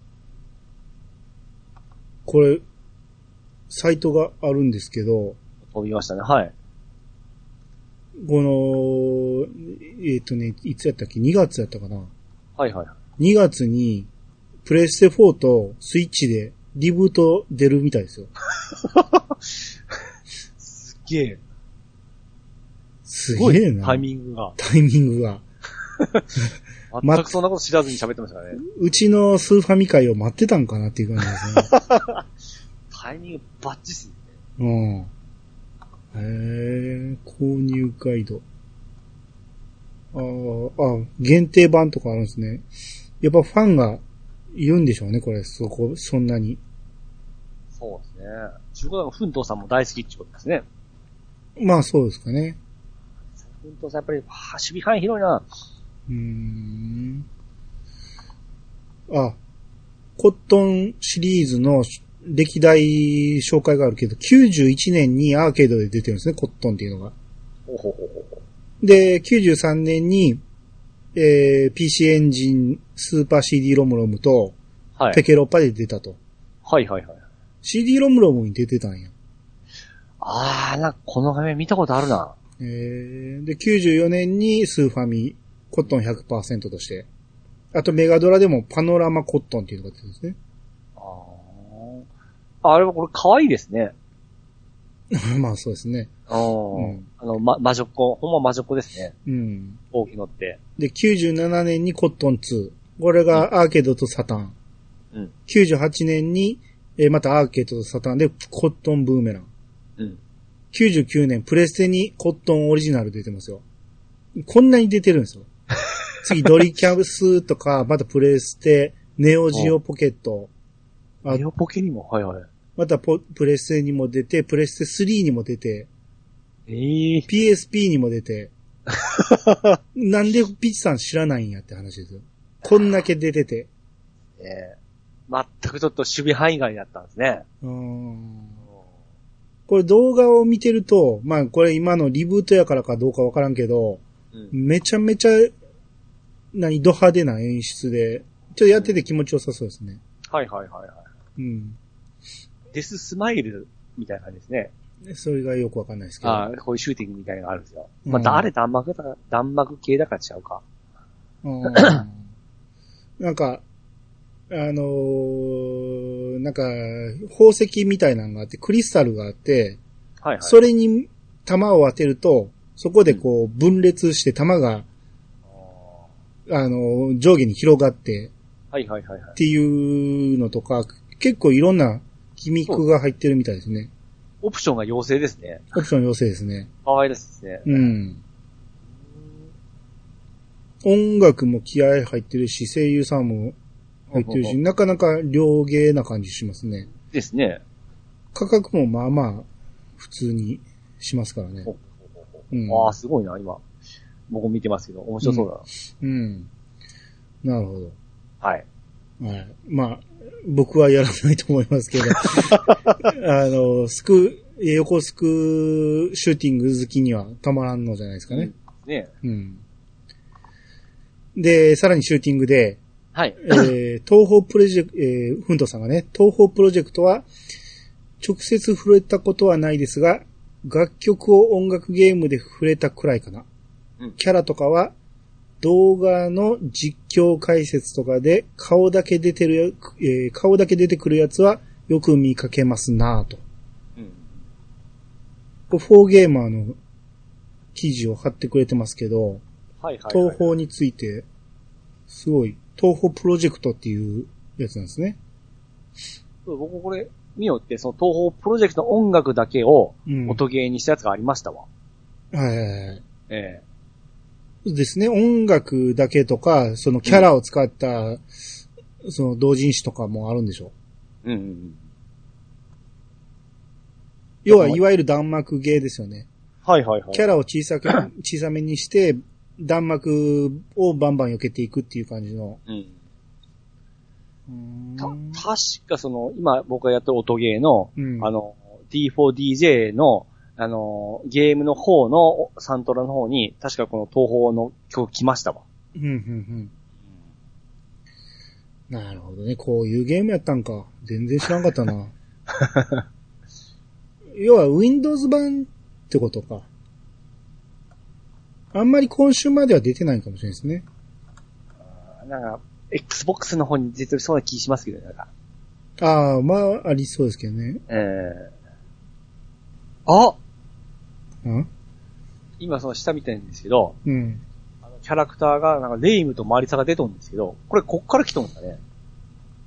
A: これ、サイトがあるんですけど、
B: 飛びましたね、はい。
A: この、えっ、とね、いつやったっけ ?2 月やったかな
B: はいはい。
A: ?2 月に、プレステ4とスイッチでリブート出るみたいですよ。
B: すげえ。
A: す
B: すご
A: げえ
B: い
A: な。
B: タイミングが。
A: タイミングが。ま
B: 全くそんなこと知らずに喋ってましたからね。
A: うちのスーファミ会を待ってたんかなっていう感じ ですね。
B: タイミングバッチリっすね。
A: うん。へえ、購入ガイド。あーあ、限定版とかあるんですね。やっぱファンがいるんでしょうね、これ。そこ、そんなに。
B: そうですね。中古の奮闘さんも大好きってことですね。
A: まあそうですかね。
B: 奮闘さんやっぱり、はあ守備範囲広いな。
A: うーん。あ、コットンシリーズの歴代紹介があるけど、91年にアーケードで出てるんですね、コットンっていうのが。
B: ほうほうほうほう。
A: で、93年に、えー、PC エンジン、スーパー CD ロムロムと、
B: は
A: ペ
B: い。
A: ケロッパで出たと。
B: はいはいはい。
A: CD ロムロムに出てたんや。
B: あー、なんかこの画面見たことあるな。
A: えー、で、94年にスーファミ、コットン100%として。あと、メガドラでもパノラマコットンっていうのが出てるんですね。
B: あーあれはこれ可愛いですね。
A: まあ、そうですね。
B: うん
A: うん
B: あの、ま、魔女っ子、ほんま魔女っ子ですね。
A: うん。
B: 大きいのって。
A: で、97年にコットン2。これがアーケードとサタン。
B: うん。
A: 98年に、えーまたアーケードとサタンでコットンブーメラン。
B: うん。
A: 99年、プレステにコットンオリジナル出てますよ。こんなに出てるんです よ。次、ドリキャスとか、またプレステ、ネオジオポケット、あ
B: ネオポケにも、はいはい。
A: またポプレステにも出て、プレステ3にも出て、
B: ええ
A: PSP にも出 て、なんでピチさん知らないんやって話ですよ。こんだけ出てて。
B: えー全くちょっと守備範囲外だったんですね。
A: うーんこれ動画を見てると、まあこれ今のリブートやからかどうかわからんけど、
B: うん。
A: めちゃめちゃ、何、ド派手な演出で、ちょっとやってて気持ちよさそうですね。
B: はいはいはいは
A: うん。
B: い。デススマイルみたいな感じですね。
A: それがよくわかんないですけど。
B: ああ、こういうシューティングみたいなのがあるんですよ。
A: うん
B: まあ、あれ弾幕だから、弾幕系だからちゃうか。
A: うんなんか、あのーなんか、宝石みたいなのがあって、クリスタルがあって、
B: はいはい。
A: それに弾を当てると、そこでこう分裂して弾が、
B: あ
A: あのー上下に広がって
B: ーはいはいはいは
A: っ
B: い。
A: ていうのとか、結構いろんなギミックが入ってるみたいですね。
B: オプションが妖精ですね。
A: オプション要請ですね。
B: 可愛いですね。
A: うん。音楽も気合入ってるし、声優さんも入ってる
B: ほうほうほ
A: し、
B: う
A: なかなか良芸な感じしますね。
B: ですね。
A: 価格もまあまあ、普通にしますからね
B: ほ。う
A: うん。
B: ああ、すごいな、今。僕見てますけど、面白そうだな。
A: うん。なるほ
B: はい。
A: ど。はい。まあ、僕はやらないと思いますけ ど、あの、スク、横スクシューティング好きにはたまらんのじゃないですかね。
B: ね
A: うん。で、さらにシューティングで、
B: はい。
A: えー東方プロジェクト、えー、ふんとさんがね、東方プロジェクトは、直接触れたことはないですが、楽曲を音楽ゲームで触れたくらいかな。
B: うん
A: キャラとかは、動画の実況解説とかで、顔だけ出てるや、えー顔だけ出てくるやつは、よく見かけますなぁと。
B: うん。
A: これフォーゲーマーの記事を貼ってくれてますけど、
B: はいはい、はい。
A: 東方について、すごい、東方プロジェクトっていうやつなんですね。
B: そう僕これ、見よって、その東方プロジェクトの音楽だけを
A: うん
B: 音ゲーにしたやつがありましたわ。
A: はいはいはい。
B: え
A: ですね。音楽だけとか、そのキャラを使った、その同人誌とかもあるんでしょう。
B: えうんうんうん。
A: 要は、いわゆる弾幕芸ですよね。
B: はいはいはい。
A: キャラを小さく、 小さめにして、弾幕をバンバン避けていくっていう感じの。
B: うん。
A: う
B: た、
A: ん
B: 確かその、今僕がやってる音ゲーの、
A: うん
B: あの、D4DJ の、あの、ゲームの方のサントラの方に、確かこの東方の曲来ましたわ。
A: うん、うん、うん。なるほどね。こういうゲームやったんか。全然知らんかった な。要は Windows 版ってことか。あんまり今週までは出てないかもしれないですね。
B: なんか、Xbox の方に出てそうな気しますけどね、なんか。
A: ああ、まあ、ありそうですけどね。
B: えー、あ
A: うん
B: 今その下見てるんですけど、
A: うん。
B: あのキャラクターが、なんか、レイムとマリサが出とるんですけど、これこっから来とんだね。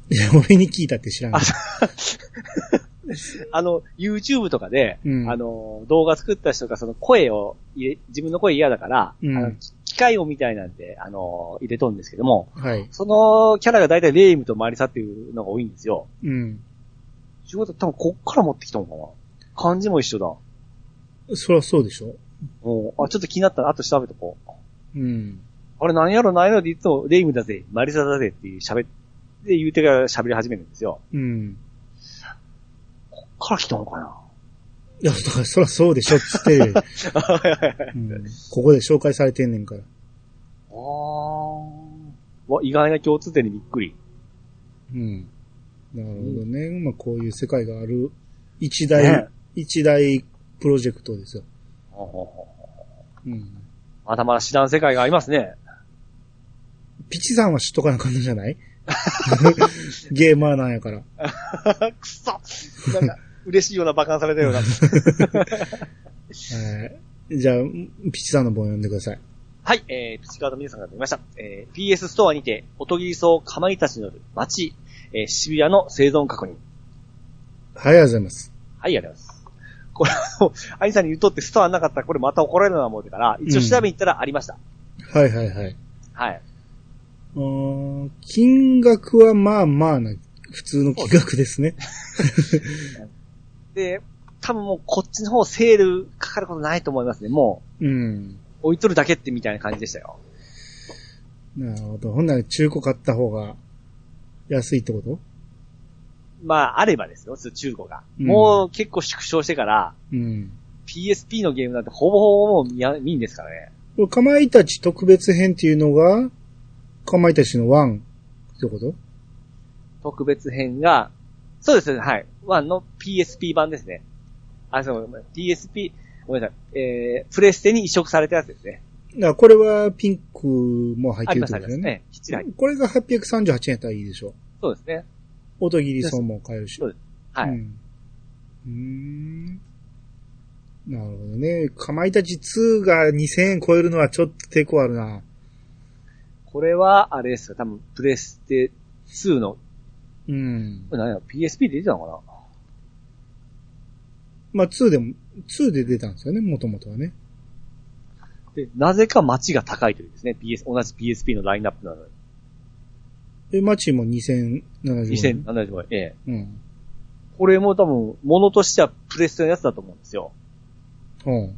A: いや俺に聞いたって知らん。
B: ああの、YouTube とかで、
A: うん
B: あの、動画作った人がその声を入れ、自分の声嫌だから、
A: うん
B: あの機械音みたいなんで、あの、入れとんですけども、
A: はい。
B: そのキャラが大体レイムとマリサっていうのが多いんですよ。
A: うん。
B: 仕事多分こっから持ってきとんかな。漢字も一緒だ。
A: そりゃそうでしょ。
B: もう、あ、ちょっと気になったら、あと調べとこう。
A: うん。
B: あれ何やろ何やろって言っても、レイムだぜ、マリサだぜっていう喋って、言うてから喋り始めるんですよ。
A: うん。
B: こっから来たのか ない
A: や、だからそりゃそうでしょっつ って、うんここで紹介されてんねんから。
B: あーわ、意外な共通点にびっくり。
A: うん。なるほどね。まあ、こういう世界がある一
B: ね
A: 大、一大プロジェクトですよ。
B: ほうほうほう
A: うん。
B: まだまだ知らん世界がありますね。
A: ピチさんは知っとかなあかんのじゃ ないゲーマーなんやから。
B: くそなんか、嬉しいような馬鹿されたような。
A: えーじゃあ、ピチさんの本読んでください。
B: はい、えー、ピチカード皆さんから出ました。えー、PS ストアにて、おとぎりそうかまいたちによる街、えー、渋谷の生存確認。
A: はい、ありがとうございます。
B: はい、ありがとうございます。これ、あのアニさんに言うとってストアなかったらこれまた怒られるな思うてから、一応調べに行ったらありました。
A: はいはいはい。
B: はい。
A: うーん金額 はまあまあな、普通の金額ですね。
B: で、多分もうこっちの方セールかかることないと思いますね。も
A: うん。
B: う、置いとるだけってみたいな感じでしたよ。
A: なるほど。ほんなら中古買った方が安いってこと
B: まあ、あればですよ、その中古が。
A: うん
B: もう結構縮小してから、
A: うん。
B: PSP のゲームなんてほぼほぼもう見や見んですからね。
A: これかまいたち特別編っていうのが、かまいたちの1ってこと
B: 特別編が、そうですね、はい。1の PSP 版ですね。あ、そう、PSP、ごめんなさい、えー、プレステに移植されたやつですね。
A: だからこれはピンクも入っ
B: あ
A: て
B: り
A: るってこ
B: ます、
A: とで
B: ありますす
A: よね。
B: ね。1台。
A: これが838円やったらいいでしょ。
B: そうですね。
A: 音切りそうも買えるし。
B: そうはい。
A: うん。うーん。なるほどね。かまいたち2が2000円超えるのはちょっと抵抗あるな。
B: これは、あれですよ、多分、プレステ2の、
A: うん。
B: 何や、PSP で出てたのかな
A: まあ2でも、2で出たんですよね、もともとはね。
B: で、なぜか街が高いというですね、PS、同じ PSP のラインナップなの
A: で、マチも2070円。
B: に、2070円。ええ。
A: うん。
B: これも多分、物としてはプレステのやつだと思うんですよ。
A: うん。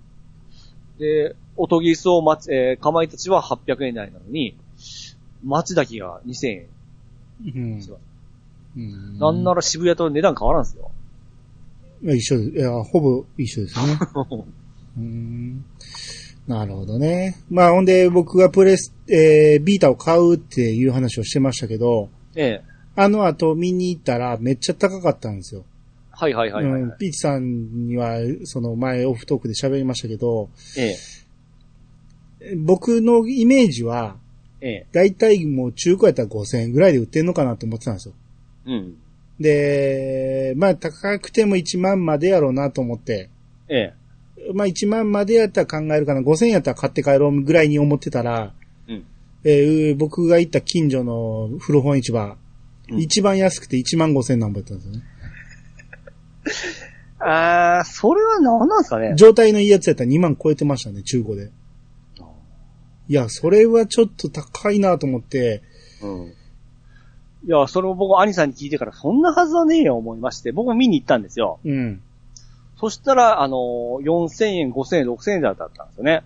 B: で、おとぎそうまち、えー、かまいたちは800円台なのに、町だけが2000円。
A: うん
B: そう。
A: うん
B: なんなら渋谷と値段変わらんすよ。
A: まあ一緒です。いや、ほぼ一緒です ね。うーんなるほどね。まあ、ほんで、僕がプレス、えー、ビータを買うっていう話をしてましたけど、
B: ええ。
A: あの後見に行ったらめっちゃ高かったんですよ。
B: はいはいはいはい、
A: うん、ピーチさんには、その前オフトークで喋りましたけど、
B: え
A: 僕のイメージは、
B: え。ええ。
A: だいたいもう中古やったら5000円ぐらいで売ってんのかなと思ってたんですよ。
B: うん。
A: で、まあ高くても1万までやろうなと思って、
B: ええ。
A: まあ1万までやったら考えるかな、5000円やったら買って帰ろうぐらいに思ってたら、
B: うん
A: えー僕が行った近所の古本市場、
B: うん
A: 一番安くて1万5000何本やったんですよね。
B: あー、それは何なんすかね
A: 状態のいいやつやったら2万超えてましたね、中古で。いや、それはちょっと高いなと思って、
B: うん。いや、それを僕、兄さんに聞いてから、そんなはずはねえよ、思いまして、僕も見に行ったんですよ。
A: うん。
B: そしたら、あのー、4000円、5000円、6000円だったんですよね。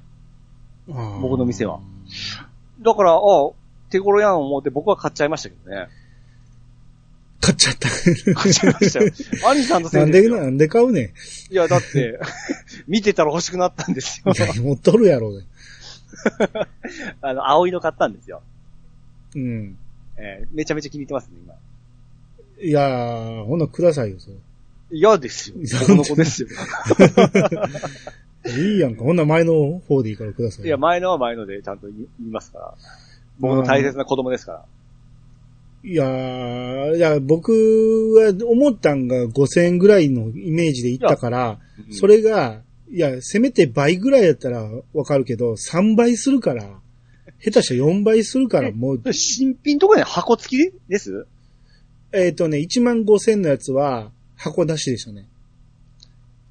B: 僕
A: 僕
B: の店は。だから、ああ、手頃やん思って僕は買っちゃいましたけどね。
A: 買っちゃった。
B: 買っちゃいま したよ。兄さん
A: な
B: と先
A: ん
B: 生
A: で、。なんで買うね
B: いや、だ って、見てたら欲しくなったんです
A: ん。
B: よ
A: い。や持っとるやろうね。
B: あの、青色買ったんですよ。
A: うん。
B: えーめちゃめちゃ気に入ってますね、今。
A: いやー、ほんなくださいよ、それ。
B: 嫌ですよ。僕の子 ですよ。
A: いいやんか。ほんな前の方でいいからください。
B: いや、前のは前のでちゃんと言い言いますから。僕の大切な子供ですから。
A: いやー、いや、僕は思ったんが5000円ぐらいのイメージで行ったから、
B: うん
A: それが、いや、せめて倍ぐらいやったらわかるけど、3倍するから、下手したら4倍するから、もう、
B: 新品とかね、箱付きです
A: えっ、とね、1万5000のやつは箱出しでしたね。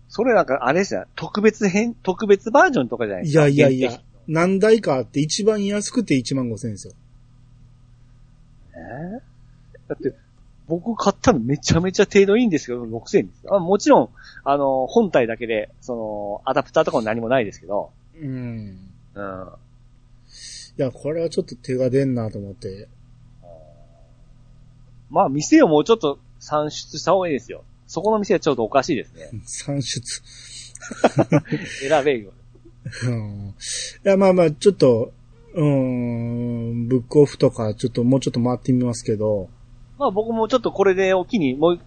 B: それなんか、あれですよ。特別編、特別バージョンとかじゃないで
A: い
B: すか。
A: やいやい
B: 限
A: や
B: 定、
A: 何台かあって一番安くて1万5000ですよ。
B: えーだって、僕買ったのめちゃめちゃ程度いいんですけど、6000円ですよあもちろん、あの、本体だけで、その、アダプターとかも何もないですけど、
A: うん。
B: うん。
A: いや、これはちょっと手が出んなと思って。
B: まあ、店をもうちょっと算出した方がいいですよ。そこの店はちょっとおかしいですね。
A: 算出。
B: 選べよ。
A: うんいや、まあまあ、ちょっと、うーん、ブックオフとか、ちょっともうちょっと回ってみますけど、
B: まあ、僕もちょっとこれでお気に、もう、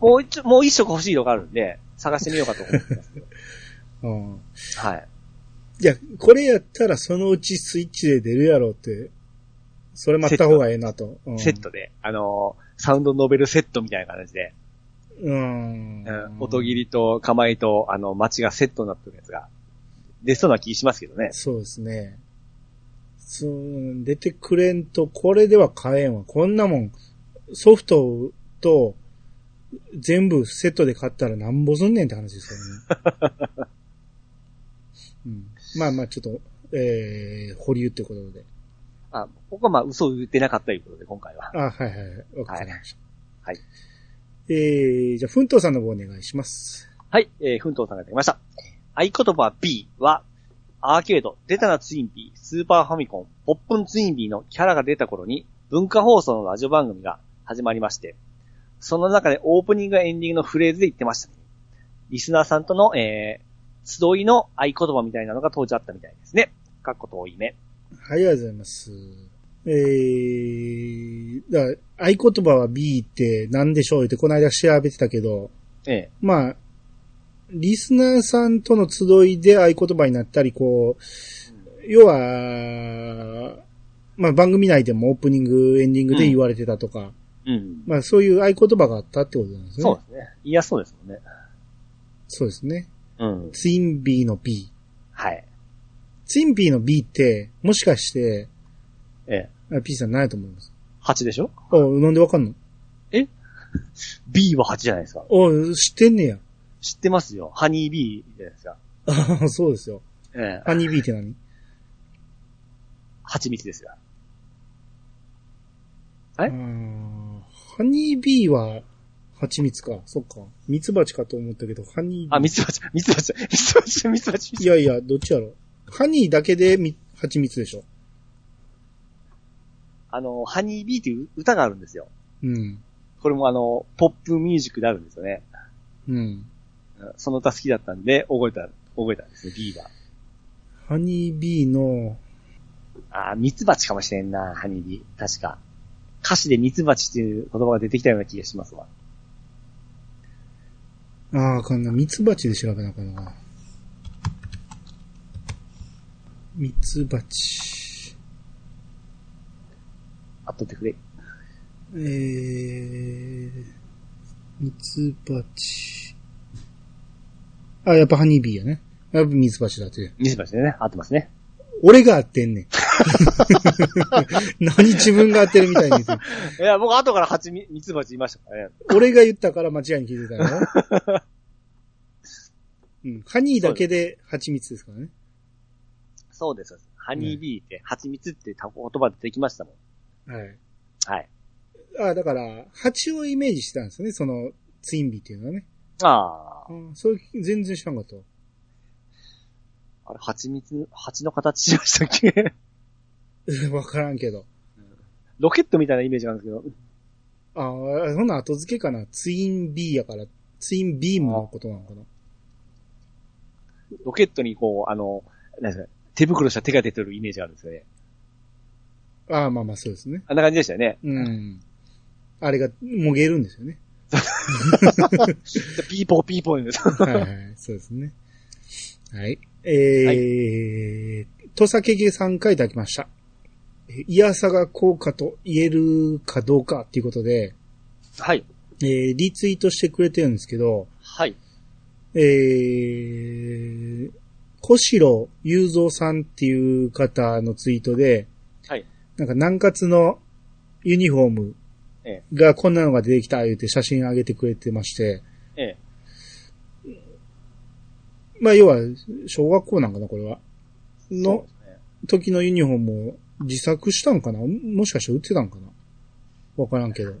B: もう一、もう一色欲しいのがあるんで、探してみようかと思ってますけど。
A: うん。
B: はい。
A: いや、これやったらそのうちスイッチで出るやろうって、それ待った方がええなと。うん
B: セット。で、あのーサウンドノベルセットみたいな感じで、
A: うん
B: う。ん、音切りと構えと、あの、街がセットになってるやつが、出そうな気しますけどね。
A: そうですね。そう、出てくれんと、これでは買えんわ。こんなもん、ソフトと、全部セットで買ったらなんぼすんねんって話ですよね。 うん、まあまあ、ちょっと、えー、保留ってことで。
B: あ、僕はまあ嘘を言ってなかったということで、今回は。
A: あ、はいはいはい。わかりました。
B: はい。
A: えー、じゃあ、奮闘さんの方お願いします。
B: はい、えー、奮闘さんがいただきました。合言葉 B は、アーケード、デタナツインビー、スーパーファミコン、ポップンツインビーのキャラが出た頃に、文化放送のラジオ番組が始まりまして、その中でオープニングやエンディングのフレーズで言ってました、ね。リスナーさんとの、えー、集いの合言葉みたいなのが当時あったみたいですね。かっこ遠い目。
A: はい、ありがとうございます。えー、だから合言葉は B って何でしょうってこの間調べてたけど、
B: ええ。
A: まあ、リスナーさんとの集いで合言葉になったり、こう、要は、まあ番組内でもオープニング、エンディングで言われてたとか、
B: うん。
A: まあそういう合言葉があったってことなんですね。
B: そうですね。言いやすそうですもんね。
A: そうですね。
B: うん。
A: ツインビーの B。
B: はい。
A: ツインビーの B って、もしかして、
B: ええ。
A: あ P さんないと思います。
B: 8でしょ
A: あ、なんでわかんの
B: ?B は8じゃないですか。
A: あ、知ってんねや。
B: 知ってますよ。ハニー B じゃないですか。
A: あ そうですよ。
B: ええ。
A: ハニービーって何
B: 蜂蜜ですよ。
A: あ
B: え
A: ーハニービーは、蜂蜜か。そっか。蜜蜂かと思ったけど、ハニービー。
B: あ、蜜蜂、蜜蜂、蜜蜂、蜜蜂。
A: いやいや、どっちやろ。ハニーだけでみ蜂蜜でしょ。
B: あの、ハニービーっていう歌があるんですよ。
A: うん。
B: これもあの、ポップミュージックであるんですよね。
A: うん。
B: うんその歌好きだったんで、覚えた、覚えたんですね、ビーバ
A: ハニービーの、
B: ー。あー、ミツバチかもしれんな、ハニービー。確か。歌詞でミツバチっていう言葉が出てきたような気がしますわ。
A: ああ、あかんな。蜜蜂で調べなあかんな。蜜蜂。
B: あっとってくれ。
A: えー、蜜蜂。あ、やっぱハニービーやね。やっぱ蜜蜂だって。
B: ミツバチでね、合ってますね。
A: 俺が合ってんねん。 何自分が合ってるみたいに言ってる
B: いや、僕後から蜂蜜、ミツバチいましたからね。
A: 俺が言ったから間違いに聞いてたよ。うん、ハニーだけで蜂蜜ですからね。
B: そうです。そうですハニービーって、蜂蜜って言葉でできましたもん。
A: はい。
B: はい。
A: あだから、蜂をイメージしてたんですよね、その、ツインビーっていうのはね。
B: あー。
A: うん、それ全然知らんかったわ。
B: あれ、蜂蜜、蜂の形しましたっけ
A: わからんけど。
B: ロケットみたいなイメージがあるんですけど。
A: ああ、そんな後付けかな。ツインビーやから、ツインビームのことなのかな。
B: ロケットにこう、あの、なんですか、手袋した手が出てるイメージがあるんですよね。
A: ああー、まあまあそうですね。
B: あんな感じでしたよ ね。
A: うん。あれが、もげるんですよね。
B: でピーポーピーポーです。
A: はいはい、そうですね。はい。えー、とさけげさん書いてあきました。えいやさが効果と言えるかどうかっていうことで、
B: はい。
A: えー、リツイートしてくれてるんですけど、
B: はい。
A: えー、小城雄三さんっていう方のツイートで、
B: はい。
A: なんか南葛のユニフォーム
B: え
A: がこんなのが出てきた言うて写真上げてくれてまして、
B: ええ。
A: まあ要は小学校なんかな、これは。
B: そう
A: の
B: ですね
A: 時のユニフォームを自作したんかなもしかして売ってたんかなわからんけど。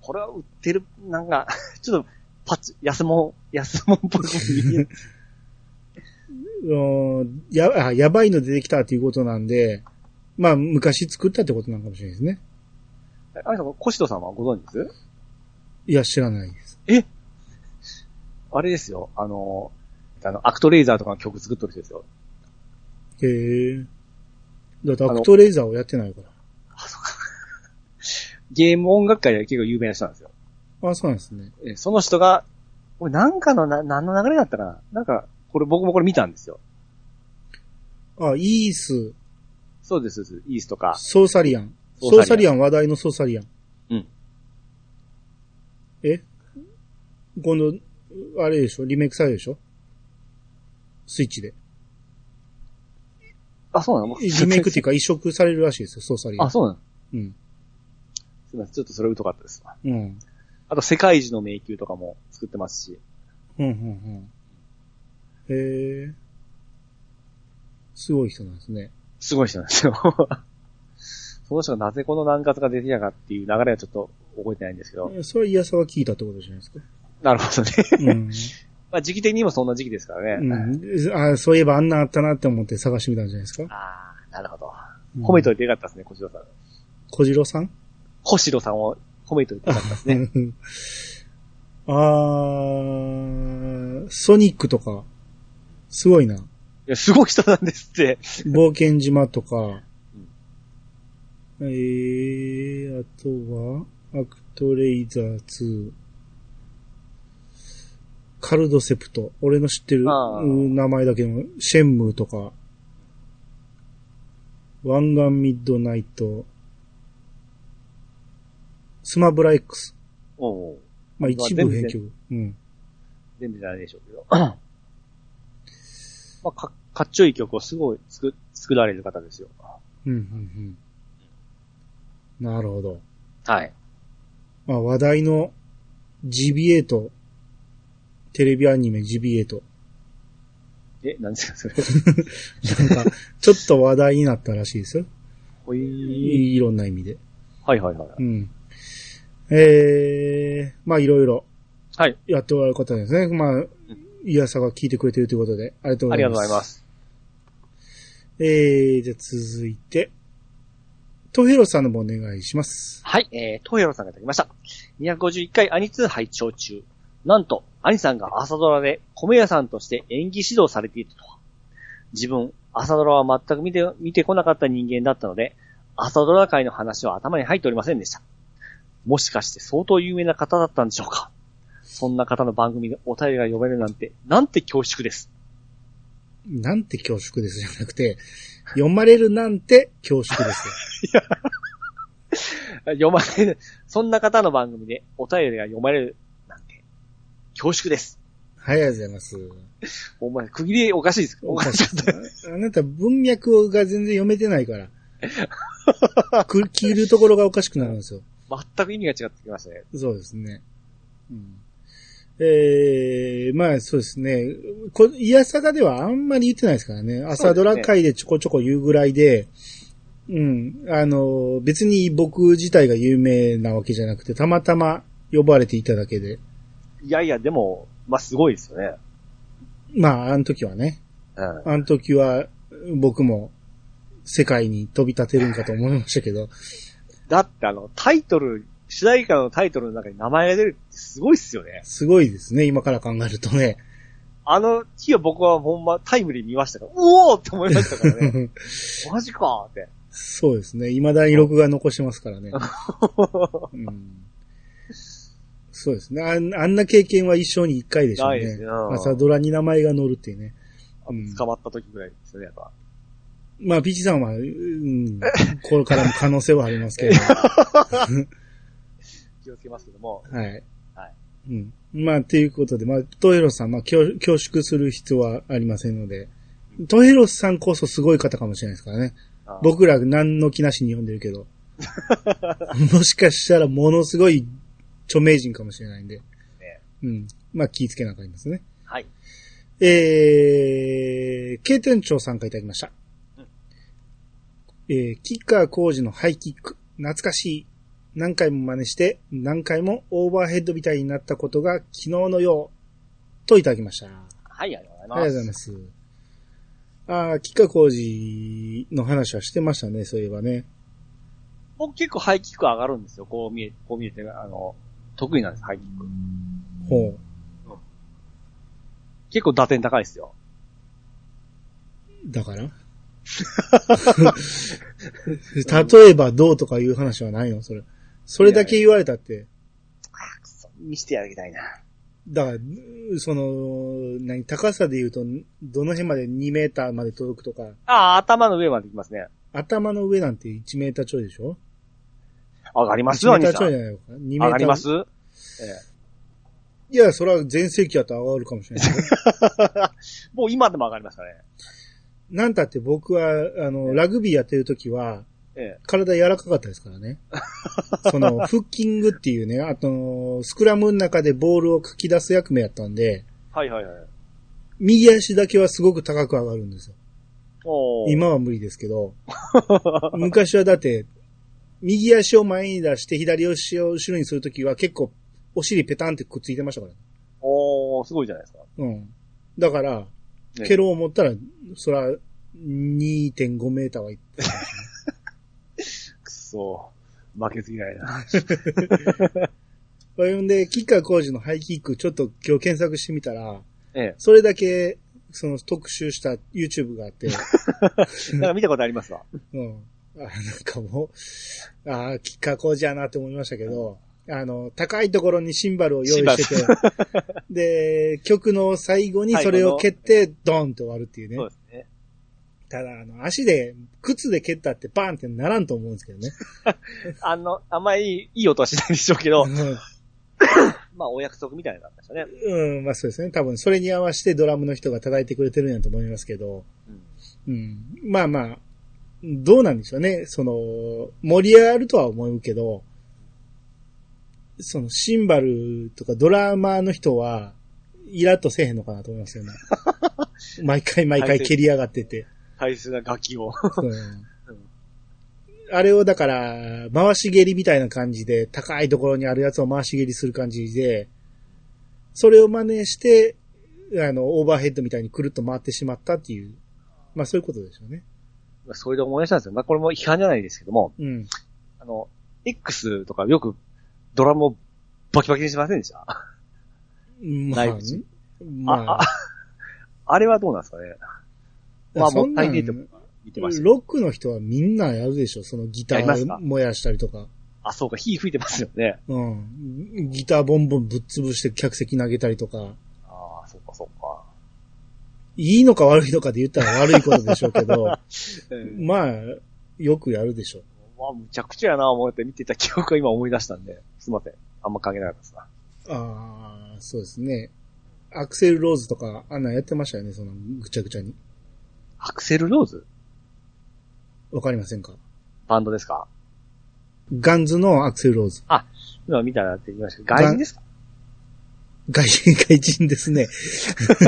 B: これは売ってる、なんか、 ちょっと、パッチ、安物、安物っぽいこと言え。
A: うんや、あやばいの出てきたっていうことなんで、まあ昔作ったってことなんかもしれないですね。
B: あれさん、コシトさんはご存知です
A: いや、知らないです。
B: あれですよ、あの、あの、アクトレイザーとかの曲作っとる人ですよ。
A: へえ。だってアクトレイザーをやってないから。
B: ゲーム音楽界で結構有名な人なんですよ。
A: あそうなんですね。
B: えその人が、これなんかのな、何の流れだったかななんか、これ僕もこれ見たんですよ。
A: あ、イース、
B: そうです、そうです。イースとか。
A: ソーサリアン。
B: ソーサリア
A: ソーサリア
B: ン
A: ン、話題のソーサリアン。
B: うん。
A: え今度、あれでしょリメイクされるでしょスイッチ で。
B: あ、そうなの
A: リメイクっていうか移植されるらしいですよ、ソーサリアン。
B: あ、そうなの
A: うん。
B: すみません、ちょっとそれ疎かったですわ。
A: うん。
B: あと、世界一の迷宮とかも作ってますし。
A: うん、うん、うん。へえ。すごい人なんですね。
B: すごい人なんですよ。 その人がなぜこの南葛が出てやがっていう流れはちょっと覚えてないんですけど。
A: それはイヤサは聞いたってことじゃないですか。
B: なるほどね。
A: うん。
B: まあ時期的にもそんな時期ですからね。
A: うん、あそういえばあんなあったなって思って探してみたんじゃないですか。
B: ああ、なるほど。褒めといてよかったですね、小城さん。
A: 小次郎さん
B: 小城さんを褒 めといてよかったですね。
A: あー、ソニックとか、すごいな。
B: いや、すごい人なんですって。
A: 冒険島とか、えー、あとは、アクトレイザー2、カルドセプト、俺の知ってる
B: あー
A: うん名前だけど、シェンムーとか、ワンガンミッドナイト、スマブラ X。
B: おうおう
A: まあ
B: まあ
A: 一部編曲。うん。
B: 全部じゃないでしょうけ ど。まあ、か、かっちょいい曲をすごい作、作られる方ですよ。
A: うん、うん、うん。なるほど。
B: はい。
A: まあ話題の GB8、テレビアニメ GB8。
B: え、何ですか、 それ。
A: なんか、ちょっと話題になったらしいですよ。
B: ほ い
A: いいろんな意味で。
B: はいはいはい。
A: うん。えー、まあいろいろ
B: はい。
A: やっておられる方ですね。まあ、いやさが聞いてくれてるということで、ありがとうご
B: あり
A: ざい
B: がとう
A: ます。
B: ございます。
A: えー、じゃあ続いて、トヘロさんのもお願いします。
B: はい、えー、トヘロさんがいただきました。251回アニツー拝聴中。なんと、アニさんが朝ドラで米屋さんとして演技指導されていたとは。自分、朝ドラは全く見て、見てこなかった人間だったので、朝ドラ界の話は頭に入っておりませんでした。もしかして相当有名な方だったんでしょうかそんな方の番組でお便りが読めるなんて、なんて恐縮です。
A: なんて恐縮ですじゃなくて、読まれるなんて恐縮ですよ。
B: 読まれる、そんな方の番組でお便りが読まれるなんて、恐縮です。
A: はい、ありがとうございます。
B: お前、区切りおかしいです。おかしかった。
A: あなた文脈が全然読めてないから。く切るところがおかしくなるんですよ。
B: 全く意味が違ってきましたね。
A: そうですね。うん、ええまあそうですね。こいやさがではあんまり言ってないですからね。朝ドラ界でちょこちょこ言うぐらいで、うん。あの、別に僕自体が有名なわけじゃなくて、たまたま呼ばれていただけで。
B: いやいや、でも、まあ、すごいですよね。
A: まあ、あの時はね。
B: うん。
A: あの時は僕も世界に飛び立てるんかと思いましたけど。
B: だって、あの、タイトル、主題歌のタイトルの中に名前が出るってすごいっすよね。
A: すごいですね、今から考えるとね。
B: あの日は僕はほんまタイムリー見ましたから、うおーって思いましたか らね。マジかーって。
A: そうですね、未だに録画残してますから ね。うんそうですねあん。あんな経験は一生に一回でしょう
B: ないで
A: ね
B: すね。うん
A: 朝ドラに名前が載るっていうね。うん
B: 捕まった時ぐらいですよね、やっぱ。
A: まあ、ピチさんは、うん、これからも可能性はありますけど。
B: 気をつけますけども。
A: はい。
B: はい
A: うん。まあ、ということで、まあ、トヘロスさん、まあ、恐恐縮する必要はありませんので、トヘロスさんこそすごい方かもしれないですからね。
B: あー
A: 僕ら何の気なしに読んでるけ ど。もしかしたらものすごい著名人かもしれないんで。うん。まあ、気ぃつけなあかんですね。
B: はい。
A: えー、K 店長参加いただきました
B: うん。
A: えー、キッカー工事のハイキック、懐かしい。何回も真似して、何回もオーバーヘッドみたいになったことが昨日のよう、といただきました。
B: はい、ありがとうご
A: ありがとうご
B: ざ
A: ざい
B: い
A: ま
B: ます。
A: す。ああ、キッカー工事の話はしてましたね、そういえばね。
B: 僕結構ハイキック上がるんですよ。こう見え、こう見えて、あの、得意なんです、ハイキック。
A: ほう。
B: 結構打点高いですよ。
A: だから例えばどうとかいう話はないのそれ。それだけ言われたって。
B: あくそ見せてあげたいな。
A: だから、その、何、高さで言うと、どの辺まで2メーターまで届くとか、
B: ああ、頭の上まで行きますね。
A: 頭の上なんて1メーターちょいでしょ
B: 上がります
A: ?1
B: よ、
A: メー
B: 兄
A: ターち
B: さ
A: ょい
B: ん。
A: じゃないのか ?2 メーター。
B: 上がりますえ
A: いや、それは全盛期やったら上がるかもしれない。
B: え もう今でも上がりますかね。
A: なんたって僕は、あの、ラグビーやってる時は、
B: え
A: 体柔らかかったですから ね。その、フッキングっていうね、あと、スクラムの中でボールをかき出す役目やったんで、
B: え。はいはいはい。
A: 右足だけはすごく高く上がるんですよ。
B: おー
A: 今は無理ですけ ど、昔はだって、右足を前に出して左足を後ろにするときは結構お尻ペタンってくっついてましたから。
B: おー、すごいじゃないですか。
A: うん。だから、
B: ね
A: 蹴ろう思ったら、そら、2.5メーターはいっ
B: くそー。負けず嫌い な。
A: それんで、キッカー工事のハイキック、ちょっと今日検索してみたら、
B: え
A: それだけ、その特集した YouTube があ って、
B: え。なんか見たことありますわ。
A: うん。あなんかもう、ああ、キッカー工事やなって思いましたけど、あの、高いところにシンバルを用意してて、 で、曲の最後にそれを蹴って、ドンと終わるっていうね
B: そう。ですね。
A: ただ、あの、足で、靴で蹴ったってバーンってならんと思うんですけどね。
B: あの、あんまりいい音はしないでしょうけど、
A: うん
B: まあ、お約束みたいなのなんでしょうね。
A: うん、まあそうですね。多分それに合わせてドラムの人が叩いてくれてるんやと思いますけど、
B: うん。
A: うん。まあまあ、どうなんでしょうね。その、盛り上がるとは思うけど、そのシンバルとかドラマーの人は、イラッとせえへんのかなと思いますよね。毎回毎回蹴り上がってて。
B: 大切な楽器を。
A: うんあれをだから、回し蹴りみたいな感じで、高いところにあるやつを回し蹴りする感じで、それを真似して、あの、オーバーヘッドみたいにくるっと回ってしまったっていう、まあそういうことでしょうね。
B: まあそれで思い出したんですよ。まあ、これも批判じゃないですけども、
A: うん。
B: あの、X とかよくドラムをバキバキにしませんでした
A: まあ
B: ライブ中、
A: まあ、
B: ああれはどうなんですかねまあ
A: そんなん
B: もったいねえと思見てました。
A: ロックの人はみんなやるでしょ、そのギタ
B: やりますか
A: ー燃やしたりとか。
B: あ、そうか、火吹いてますよね。
A: うん。ギターボンボンぶっ潰して客席投げたりとか。
B: ああ、そうか、そうか。
A: いいのか悪いのかで言ったら悪いことでしょうけ ど、
B: うん
A: まあ、よくやるでしょう。
B: まあ、むちゃくちゃやな思って見てた記憶が今思い出したんで、すいません。あんま関係なかったですな。
A: ああ、そうですね。アクセルローズとか、あんなんやってましたよね、その、ぐちゃぐちゃに。
B: アクセルローズ
A: わかりませんか
B: バンドですか
A: ガンズのアクセルローズ。
B: 今見たらって言いましたけど、外人ですか
A: 外人、外人です ね。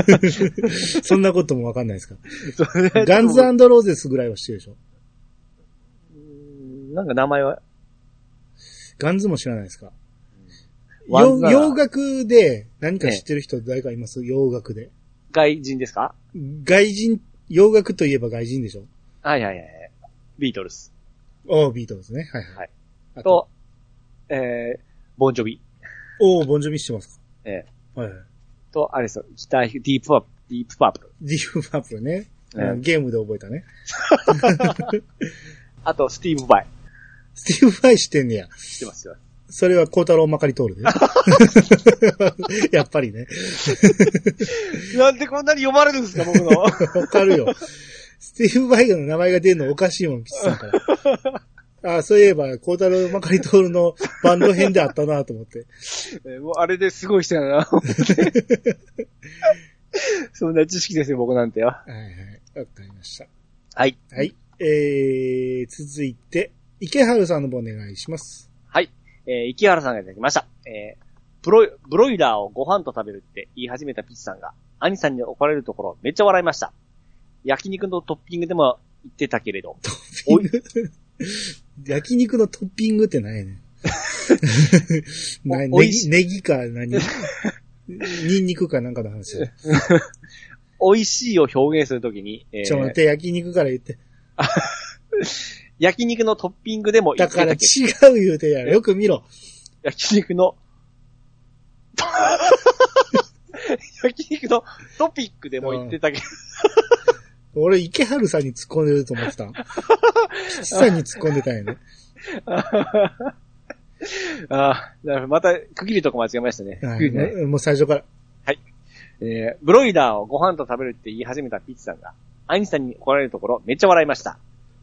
A: そんなこともわかんないですか。 ガンズローゼスぐらいは知ってるでしょ
B: うんなんか名前は、
A: ガンズも知らないですか
B: ワン
A: よ
B: ズなら
A: 洋楽で何か知ってる人誰かいます洋楽で。
B: 外人ですか
A: 外人、洋楽といえば外人でしょ
B: はいはいはいはい。ビートルズ
A: おー、ビートルズね。はいはい。
B: はい
A: あと、
B: と、えー、ボンジョビ
A: おー、ボンジョミしてますか
B: え
A: はいはい。
B: と、あれですよ、ギター弾く、ディープパープル、ディープパープル。
A: ディープパープルね。
B: ええ
A: あのゲームで覚えたね。
B: あと、スティーブ・バイ。
A: スティーブ・ファイしてんねや。
B: 知ってますよ。
A: それはコータローまかり通 るで。 やっぱりね。
B: なんでこんなに読まれるんですか、僕の。
A: わかるよ。スティーブ・バイガーの名前が出るのおかしいもん、吉さんから。あそういえば、コータローまかり通るのバンド編であったなと思って。
B: えーもうあれですごい人やな、 思ってそんな知識ですよ、僕なんてよ。
A: はいはい。わかりました。
B: はい。
A: はい。えー、続いて、池原さんの方お願いします。
B: はい。えー、池原さんがいただきました。えー、ブロイ、ブロイラーをご飯と食べるって言い始めたピッチさんが、兄さんに怒られるところ、めっちゃ笑いました。焼肉のトッピングでも言ってたけれど、おい
A: 焼肉のトッピングって何やねん。 な
B: お
A: ネ
B: いし
A: ギ、ネギか何ニンニクかなんかの話だ。
B: 美味しいを表現するときに、えー
A: ちょ、待って、焼肉から言って。
B: 焼肉のトッピングでも言
A: だ
B: ってた
A: から
B: け
A: 違
B: れど、
A: う言うてや。よく見ろ。
B: 焼肉の、 焼肉のトピックでも言ってたけど、
A: 俺、池原さんに突っ込んでると思ってた。吉さんに突っ込んでたんや ね。
B: ああ、なるほど。また、区切りとか間違えましたね。
A: は
B: 区切りね
A: い、もう最初から。
B: えーブロイラーをご飯と食べるって言い始めたピッチさんが、アニさんに怒られるところめっちゃ笑いました。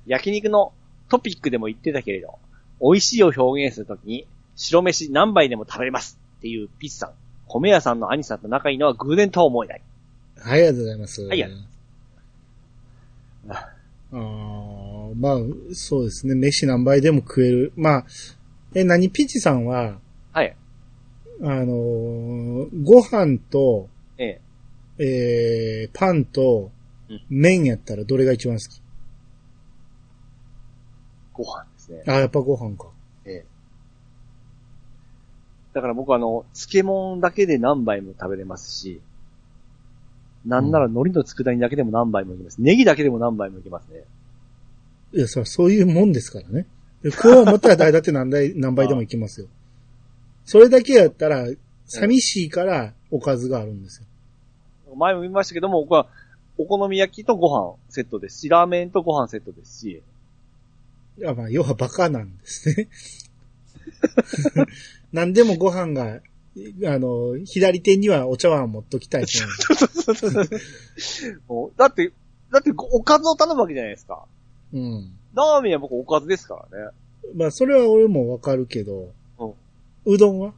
B: 焼肉のトピックでも言ってたけれど、美味しいを表現するときに、白飯何杯でも食べれますっていうピッチさん。米屋さんのアニさんと仲いいのは偶然とは思えない。
A: はい、ありがとうございます。
B: はいあり
A: あーまあ、そうですね。飯何杯でも食える。まあ、え、何ピチさんは、
B: はい。
A: あのーご飯と、
B: ええ
A: えー、パンと
B: うん、
A: 麺やったらどれが一番好き
B: ご飯ですね。
A: あー、やっぱご飯か。
B: ええだから僕はあの、漬物だけで何杯も食べれますし、なんなら海苔の佃煮だけでも何杯もいけます。ネギだけでも何杯もいけますね。
A: いや、さ、そういうもんですからね。こう思ったら誰だって何倍、 何倍でもいきますよ。それだけやったら、寂しいからおかずがあるんですよ。
B: 前も言いましたけども、僕はお好み焼きとご飯セットですし、ラーメンとご飯セットですし、
A: いや、まあ、要はバカなんですね。 何でもご飯が、あの、左手にはお茶碗持っときたいし、
B: もうだって、だっておかずを頼むわけじゃないですか。
A: うん。
B: ラーメンは僕おかずですからね。
A: まあ、それは俺もわかるけど、うどんは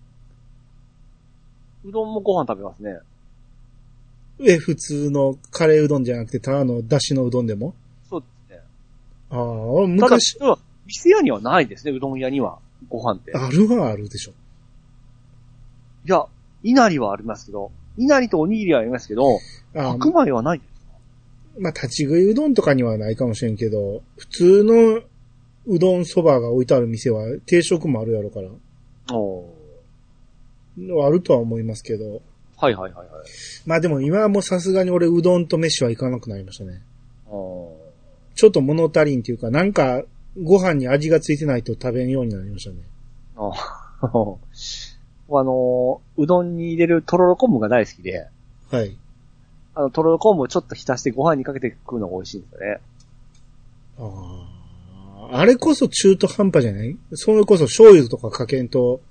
B: うどんもご飯食べますね。
A: え、普通のカレーうどんじゃなくて、ただのだしのうどんでも
B: そうですね。
A: ああ、俺
B: ただ
A: 昔、、
B: うん店屋にはないですね、うどん屋には。ご飯って。
A: あるはあるでしょ。
B: いや、稲荷はありますけど、稲荷とおにぎりはありますけど、
A: ああ
B: 白米はない。
A: まあ、立ち食いうどんとかにはないかもしれんけど、普通のうどんそばが置いてある店は定食もあるやろから、
B: おー
A: あるとは思いますけど、
B: はいはいはいはい。
A: まあでも今はもうさすがに俺うどんと飯は行かなくなりましたね。
B: お
A: ちょっと物足りんっていうか、なんかご飯に味がついてないと食べんようになりましたね。
B: ー あのー、うどんに入れるとろろ昆布が大好きで、
A: はい。
B: あの、とろろ昆布をちょっと浸してご飯にかけて食うのが美味しいんですよね。
A: ああ。あれこそ中途半端じゃないそれこそ醤油とかかけんと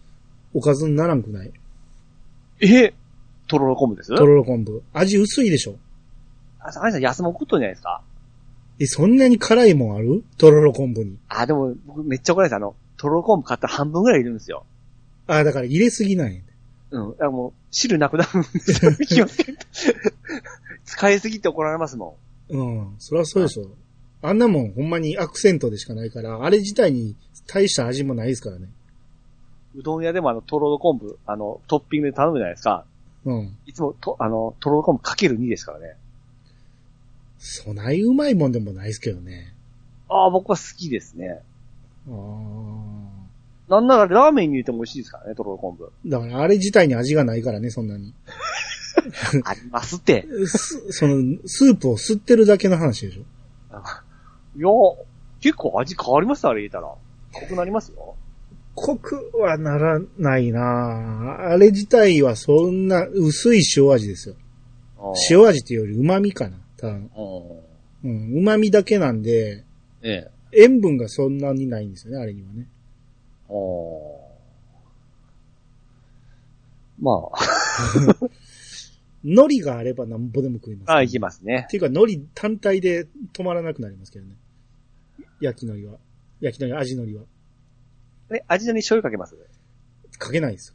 A: おかずにならんくない
B: えとろろ昆布です
A: とろろ昆布。味薄いでしょ
B: あ、あいさん安も食っとるんじゃないですか
A: え、そんなに辛いもんあるとろろ昆布に。
B: あ、でも僕めっちゃ怒られた。あの、とろろ昆布買ったら半分ぐらいいるんですよ。
A: ああ、だから入れすぎない。
B: うん。だからもう、汁なくなるん ですよ。気をつけて。使いすぎて怒られますも
A: うん、そりゃそうでしょ。あんなもんほんまにアクセントでしかないから、あれ自体に大した味もないですからね。
B: ん。うどん屋でもあの、とろろ昆布、あの、トッピングで頼むじゃないですか。
A: うん。
B: いつも、と、あの、とろろ昆布かける2ですからね。
A: そないうまいもんでもないですけどね。
B: ああ、僕は好きですね。
A: ああ。
B: なんならラーメンに入れても美味しいですからね、とろ ろ昆布。
A: だからあれ自体に味がないからね、そんなに。
B: ありますって。
A: す その、スープを吸ってるだけの話でしょ。
B: いや、結構味変わりますあれ入れたら。濃くなりますよ。
A: 濃くはならないなああれ自体はそんな薄い塩味ですよ。
B: うん。
A: 塩味っていうより旨味かな。ただ
B: うん。
A: うん、旨味だけなんで、
B: ええ。
A: 塩分がそんなにないんですよね、あれにはね。
B: おま
A: 海苔があればなんぼでも食います、
B: あ、あ、いきますね
A: っ。ていうか、海苔単体で止まらなくなりますけどね。焼き海苔は。焼き海苔、味海苔は。
B: え、味のに醤油かけます
A: かけないですよ。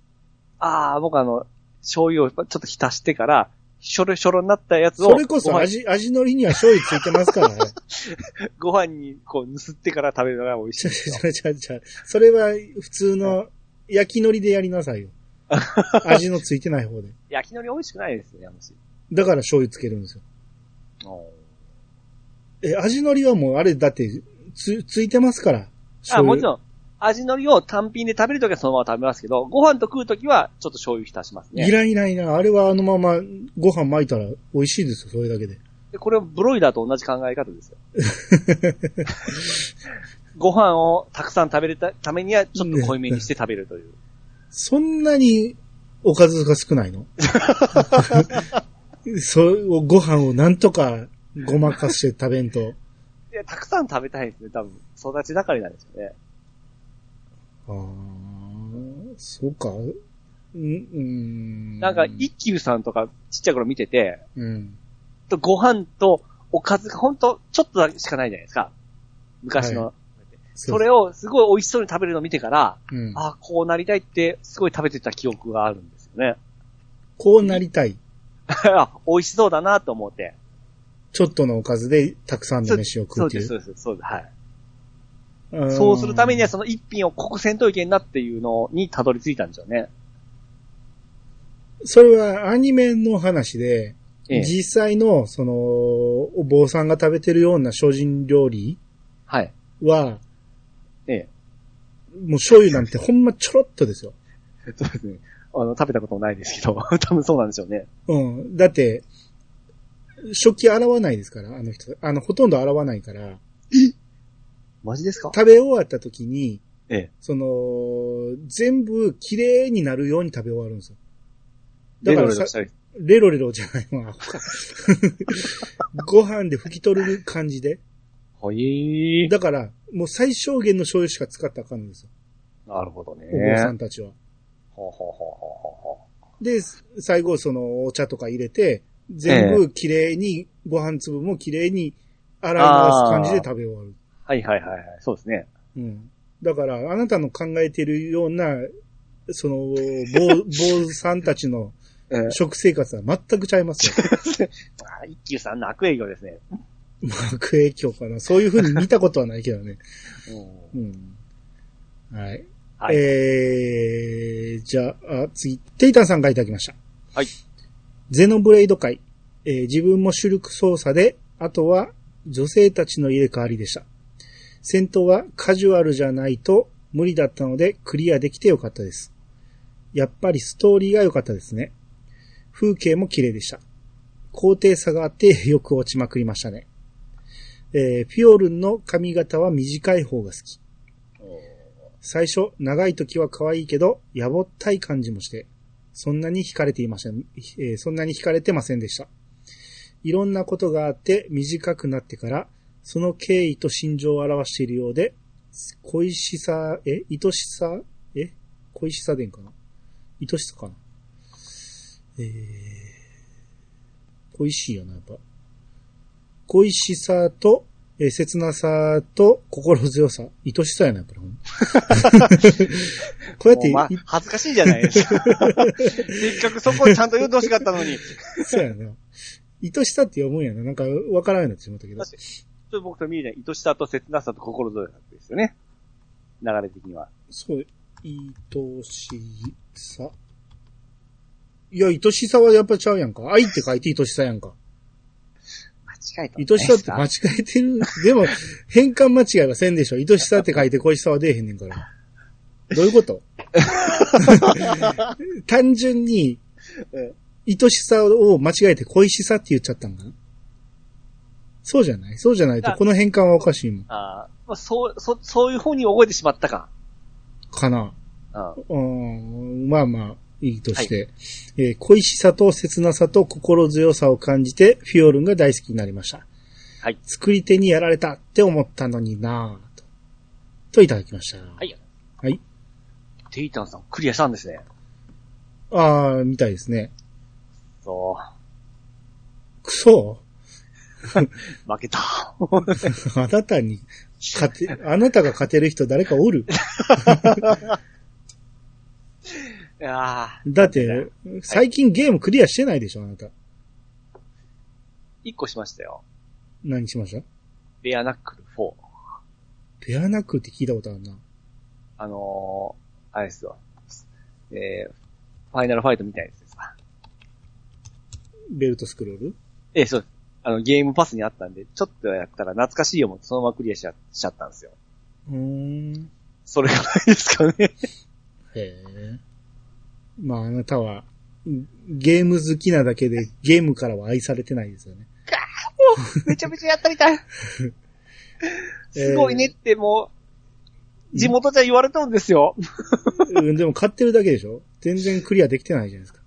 B: ああ、僕あの、醤油をちょっと浸してから、しょろしょろになったやつを、
A: それこそ
B: ご飯
A: 味、味海苔には醤油ついてます から、ね。
B: ご飯にこう、ぬすってから食べるのが美味しい
A: ち
B: で
A: ゃ
B: すよ。
A: ちゃちゃちゃ。それは普通の焼き海苔でやりなさいよ。味のついてない方で。
B: 焼き海苔美味しくないですね、あのし。
A: だから醤油つけるんですよ。
B: お
A: え、味海苔はもうあれだって、つ、ついてますから。
B: あ、もち
A: ん。
B: ろん、味のりを単品で食べるときはそのまま食べますけど、ご飯と食うときはちょっと醤油浸します
A: い
B: ね。
A: らんいらんいらん。あれはあのままご飯巻いたら美味しいですよ、それだけで。
B: でこれはブロイラーと同じ考え方ですよ。 ご飯をたくさん食べるたためには、ちょっと濃いめにして食べるという。
A: そんなにおかずが少ない のそう、ご飯をなんとかごまかして食べん と。
B: いや、たくさん食べたいですね、多分。育ち盛りなんですよね。
A: あーそうか。うん、うん。
B: なんか、一休さんとかちっちゃい頃見てて、
A: うん。
B: とご飯とおかずがほんとちょっとしかないじゃないですか。昔の。
A: は
B: それをすごい美味しそうに食べるの見てから、
A: うん。
B: ああ、こうなりたいってすごい食べてた記憶があるんですよね。
A: こうなりたい。
B: あ美味しそうだなと思って。
A: ちょっとのおかずでたくさんの
B: そう
A: 飯を食うってい。
B: そううです、そうです、そうです。はい。
A: うん
B: そうするためにはその一品を国戦闘いけんなっていうのにたどり着いたんですよね。
A: それはアニメの話で、
B: ええ。
A: 実際の、その、お坊さんが食べてるような精進料理
B: はい。
A: は、
B: ええ。
A: もう醤油なんてほんまちょろっとですよ。
B: そうですね。あの、食べたこともないですけど、 多分そうなんでしょうね。
A: うん。だって、食器洗わないですから、あの人。あの、ほとんど洗わないから、
B: マジですか
A: 食べ終わった時に、
B: ええ。
A: その、全部綺麗になるように食べ終わるんですよ。だから
B: レロレ
A: さ
B: ロしたり
A: レロレロじゃないわ。 ご飯で拭き取る感じで。
B: はい
A: だから、もう最小限の醤油しか使ったらあかんのですよ。
B: なるほどね。
A: お坊さんたちは。
B: ほうほうほうほうほうほ
A: で、最後そのお茶とか入れて、全部綺麗に、ご飯粒も綺麗に洗い流す感じで食べ終わる。
B: うはいはいはいはい。そうですね。
A: うん。だから、あなたの考えてるような、その、坊坊さんたちの
B: ええ
A: 食生活は全くちゃいますよ。
B: あ一休さんの悪影響ですね。
A: まあ悪影響かな。そういう風に見たことはないけどね。
B: うん
A: うん。はい。
B: はい。
A: えー、じゃあ、あ次、テイタンさんがいただきました。
B: はい。
A: ゼノブレイド会。えー自分も主力操作で、あとは女性たちの入れ替わりでした。戦闘はカジュアルじゃないと無理だったのでクリアできてよかったです。やっぱりストーリーが良かったですね。風景も綺麗でした。高低差があって よく落ちまくりましたね。えーフィオルンの髪型は短い方が好き。最初、長い時は可愛いけど、やぼったい感じもして、そんなに惹かれていません、えーそんなに惹かれてませんでした。いろんなことがあって短くなってから、その経緯と心情を表しているようで、恋しさ、え、愛しさ、え、恋しさでんかな愛しさかなえー、恋しいよな、やっぱ。恋しさと、えー切なさと心強さ、愛しさやな、やっぱり。ほん こうやって
B: もうま、恥ずかしいじゃないです か。せっかくそこちゃんと言うてほしかったのに。
A: そうやな。愛しさって読むんやな。なんか、わからんようになってしまったけど。
B: 確かにちょっと僕と見るには、愛しさと切なさと心強さですよね。流れ的には。
A: そう、愛しさ。いや、愛しさはやっぱちゃうやんか。愛って書いて愛しさやんか。
B: 間違えた。
A: 愛しさって間違えてる。で も、変換間違いはせんでしょ。愛しさって書いて恋しさは出えへんねんから。どういうこと 単純に、愛しさを間違えて恋しさって言っちゃったんかなそうじゃないそうじゃないと、この変換はおかしいもん。
B: あーまあ、そう、そ、そういう方に覚えてしまったか。
A: かな。
B: うん。
A: うん、まあまあ、いいとして、えー恋しさと切なさと心強さを感じて、フィオルンが大好きになりました。
B: はい。
A: 作り手にやられたって思ったのになぁと。といただきました。はいはい。
B: テイタンさんクリアしたんですね。
A: あー、みたいですね。
B: そ
A: くそ
B: う。負け た。
A: あなたに、勝 て、あなたが勝てる人誰かおる
B: いやー
A: だって、最近ゲームクリアしてないでしょ、あなた。
B: 一個しましたよ。
A: 何しました
B: レアナックル4。
A: ペアナックルって聞いたことあるな。
B: あのー、あれですよ。えー、ファイナルファイトみたいなやつですか。
A: ベルトスクロール
B: ええそうです。あの、ゲームパスにあったんで、ちょっとやったら懐かしい思ってそのままクリアしちゃしちゃったんですよ。
A: うーん。
B: それがないですかね。
A: へえ。まあ、あなたは、ゲーム好きなだけで、ゲームからは愛されてない ですよね。
B: めちゃめちゃやっ たみたい。すごいねってもう、地元じゃ言われたんですよ。
A: うん、でも買ってるだけでしょ全然クリアできてないじゃないですか。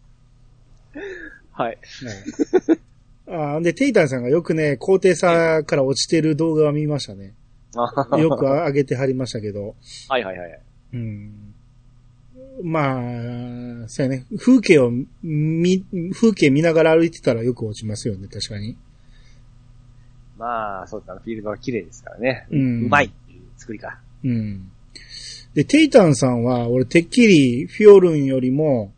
B: はい。
A: はい、あーで、テイタンさんがよくね、高低差から落ちてる動画を見ましたね。 よく上げてはりましたけど。
B: はいはいはい。
A: うん。まあ、そうやね。風景を見、風景見ながら歩いてたらよく落ちますよね、確かに。
B: まあ、そうだな、フィールドが綺麗ですからね。
A: うん
B: うまいっていう作りか。
A: うん。で、テイタンさんは、俺、てっきり、フィオルンよりも、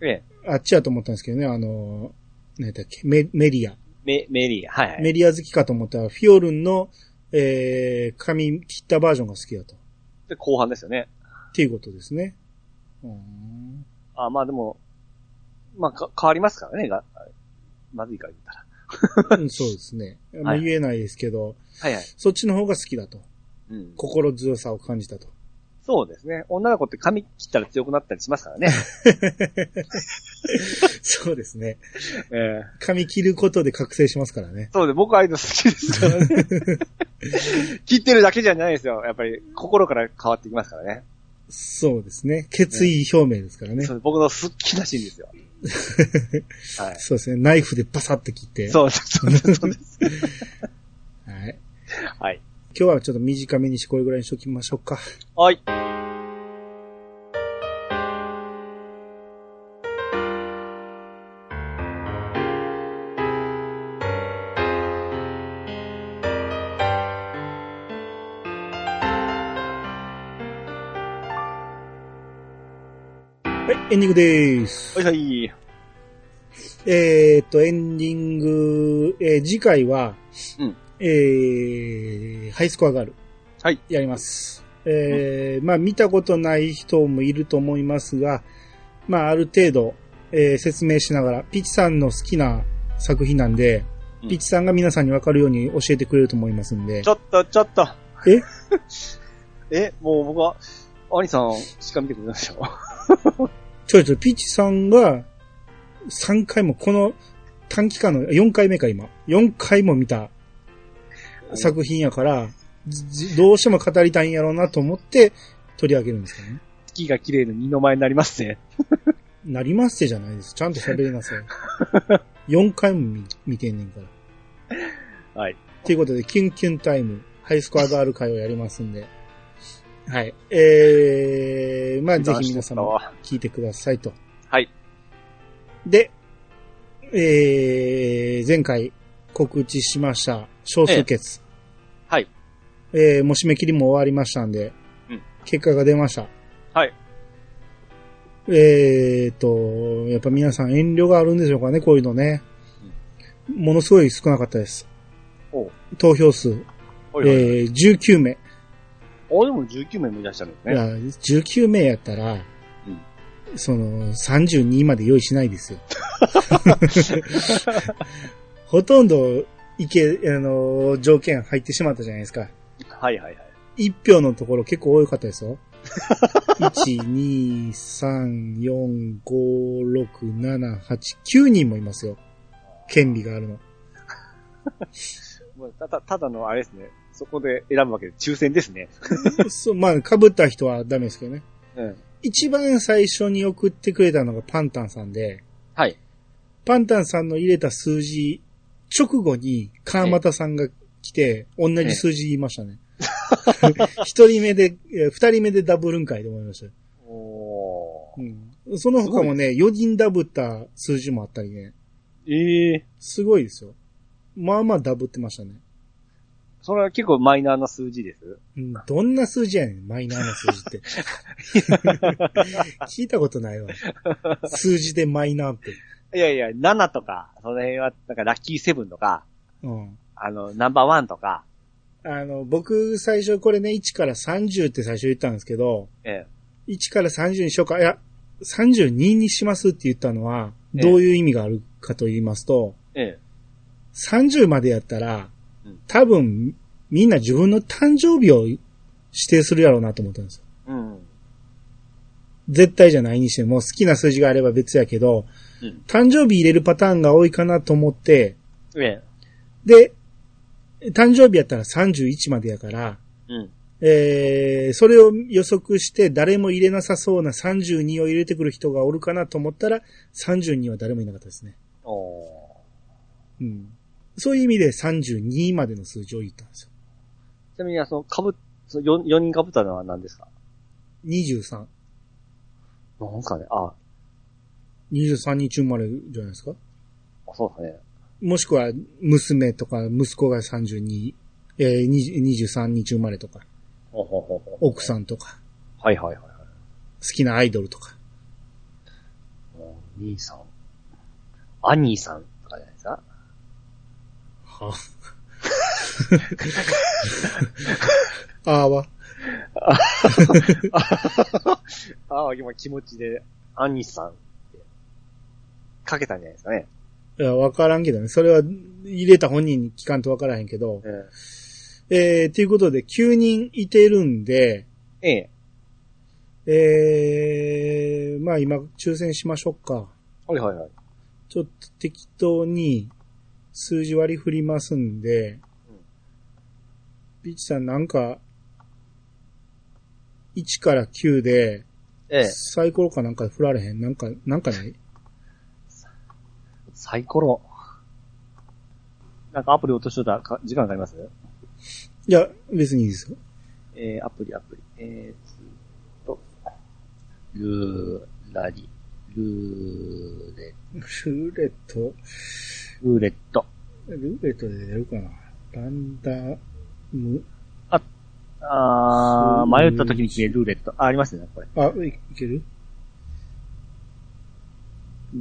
B: ええ、
A: あっちやと思ったんですけどね、あの、何だっけ、メメリア。
B: メ、メリー、はいはい。
A: メリア好きかと思ったら、フィオルンの、えー、髪切ったバージョンが好きだと。っ
B: で後半ですよね。
A: ていうことですね。うん
B: あまあでも、まあか変わりますからね、が、まずいから言ったら。
A: うんそうですね。まあ
B: はい
A: 言えないですけど、
B: はいはい。
A: そっちの方が好きだと。
B: うん。
A: 心強さを感じたと。
B: そうですね。女の子って髪切ったら強くなったりしま すからね。
A: そうですね。
B: ええ
A: 髪切ることで覚醒しますからね。
B: そうで、僕はああいうの好きですからね。 切ってるだけじゃないですよ。やっぱり心から変わってきますからね。
A: そうですね。決意表明ですからね。
B: そう僕の好きなシーンですよ。 はい。
A: そうですね。ナイフでバサッと切って。
B: そうです、そ うです、そうです。
A: はい。
B: はい。
A: 今日はちょっと短めにしこれぐらいにしときましょうか。
B: はい。
A: はい、エンディングです。
B: おいしょい。
A: えーっと、エンディング、えー次回は、
B: うん
A: えーハイスコアガール。
B: はい
A: やります。えーまあ、見たことない人もいると思いますが、まあ、ある程度、えー説明しながら、ピチさんの好きな作品なんで、
B: うん
A: ピチさんが皆さんにわかるように教えてくれると思いますんで
B: ち、ょっと、ちょっと。
A: え
B: え、もう僕は、兄さんしか見てくれないでしょ。
A: ちょいちょい、ピチさんが3回も、この短期間の、4回目か今、4回も見た作品やから、ずどうしても語りたいんやろうなと思って取り上げるんですかね。
B: 月が綺麗な二の前になりますね。
A: なりますってじゃないです。ちゃんと喋れな さい。4回も見見てんねんから。
B: はい。
A: ということで、キュンキュンタイム、ハイスコアガール会をやりますんで。はい。えー、まあぜひ皆様
B: は
A: 聞いてくださいと。
B: はい。
A: で、えー、前回告知しました少数決。
B: はい。
A: えー、もう締め切りも終わりましたんで、
B: うん
A: 結果が出ました。
B: はい。
A: えーと、やっぱ皆さん遠慮があるんでしょうかね、こういうのね。ものすごい少なかったです。
B: おう
A: 投票数、
B: おいおい。
A: えー、19名。
B: おでも19名もいらっしゃるんです
A: い
B: ね。
A: や、19名やったら、その、32まで用意しないですよ。ほとんど、いけ、あの、条件入ってしまったじゃないですか。
B: はいはいはい。
A: 1票のところ結構多かったですよ。1、2、3、4、5、6、7、8、9人もいますよ。権利があるの。
B: もうただ、ただのあれですね。そこで選ぶわけで抽選ですね。
A: そう、まあ、被った人はダメですけどね。
B: うん。
A: 一番最初に送ってくれたのがパンタンさんで、
B: はい。
A: パンタンさんの入れた数字、直後に川又さんが来て、同じ数字言いましたね。 一人目で、えー二人目でダブるんかいと思いました。
B: おー。
A: うん、その他もね、4人ダブった数字もあったりね、
B: ええ
A: すごいですよ。まあまあダブってましたね。
B: それは結構マイナーな数字です。
A: うん、どんな数字やねん、マイナーな数字って。聞いたことないわ。数字でマイナーって。
B: いやいや、7とか、その辺は、なんかラッキーセブンとか、
A: うん
B: あの、ナンバーワンとか、
A: あの、僕最初これね、1から30って最初言ったんですけど、
B: え
A: 1から30にしようか、いや、32にしますって言ったのは、
B: ええ
A: どういう意味があるかと言いますと、
B: え、え
A: 30までやったら
B: うん、
A: 多分、みんな自分の誕生日を指定するやろうなと思ったんですよ。
B: え、うん。
A: 絶対じゃないにしても、好きな数字があれば別やけど、
B: うん
A: 誕生日入れるパターンが多いかなと思って、
B: ええ、
A: で、誕生日やったら31までやから、
B: うん。
A: えー、それを予測して誰も入れなさそうな32を入れてくる人がおるかなと思ったら、32は誰もいなかったですね。
B: おー。
A: うん。そういう意味で32までの数字を言ったんですよ。
B: ちなみに、その、かぶ、その 4, 人かぶったのは何ですか
A: 23。
B: なんすかねあ、
A: 23日生まれじゃないですか
B: そうだね。
A: もしくは、娘とか息子が32、えー、20 23日生まれとか、
B: ほうほうほうほう
A: 奥さんとか、
B: はいはいはい。
A: 好きなアイドルとか。
B: お兄さん。アニーさんとかじゃないです か
A: はあーは
B: ああ、今気持ちで、アニーさんって、かけたんじゃないですかね。
A: いや、わからんけどね。それは、入れた本人に聞かんとわからへんけど。
B: え
A: えー、ということで、9人いてるんで、
B: え。え
A: えー、まあ今、抽選しましょうか。
B: はいはいはい。
A: ちょっと適当に数字割り振りますんで、ピッチさんなんか、1から9で、
B: ええ。
A: サイコロかなんか振られへんなんか、なんかない
B: サイコロ。なんかアプリ落としといたらか時間かかります
A: いや、別にいい ですよ。
B: えー、アプリアプリ。えー、ずーっと、ルーラリ、ルーレ、
A: ルーレット、
B: ルーレット。
A: ルーレットで出るかな。ランダム、
B: あー、
A: そう
B: 迷った時に消えるルーレット。あ、ありますね、これ。
A: あ、いいける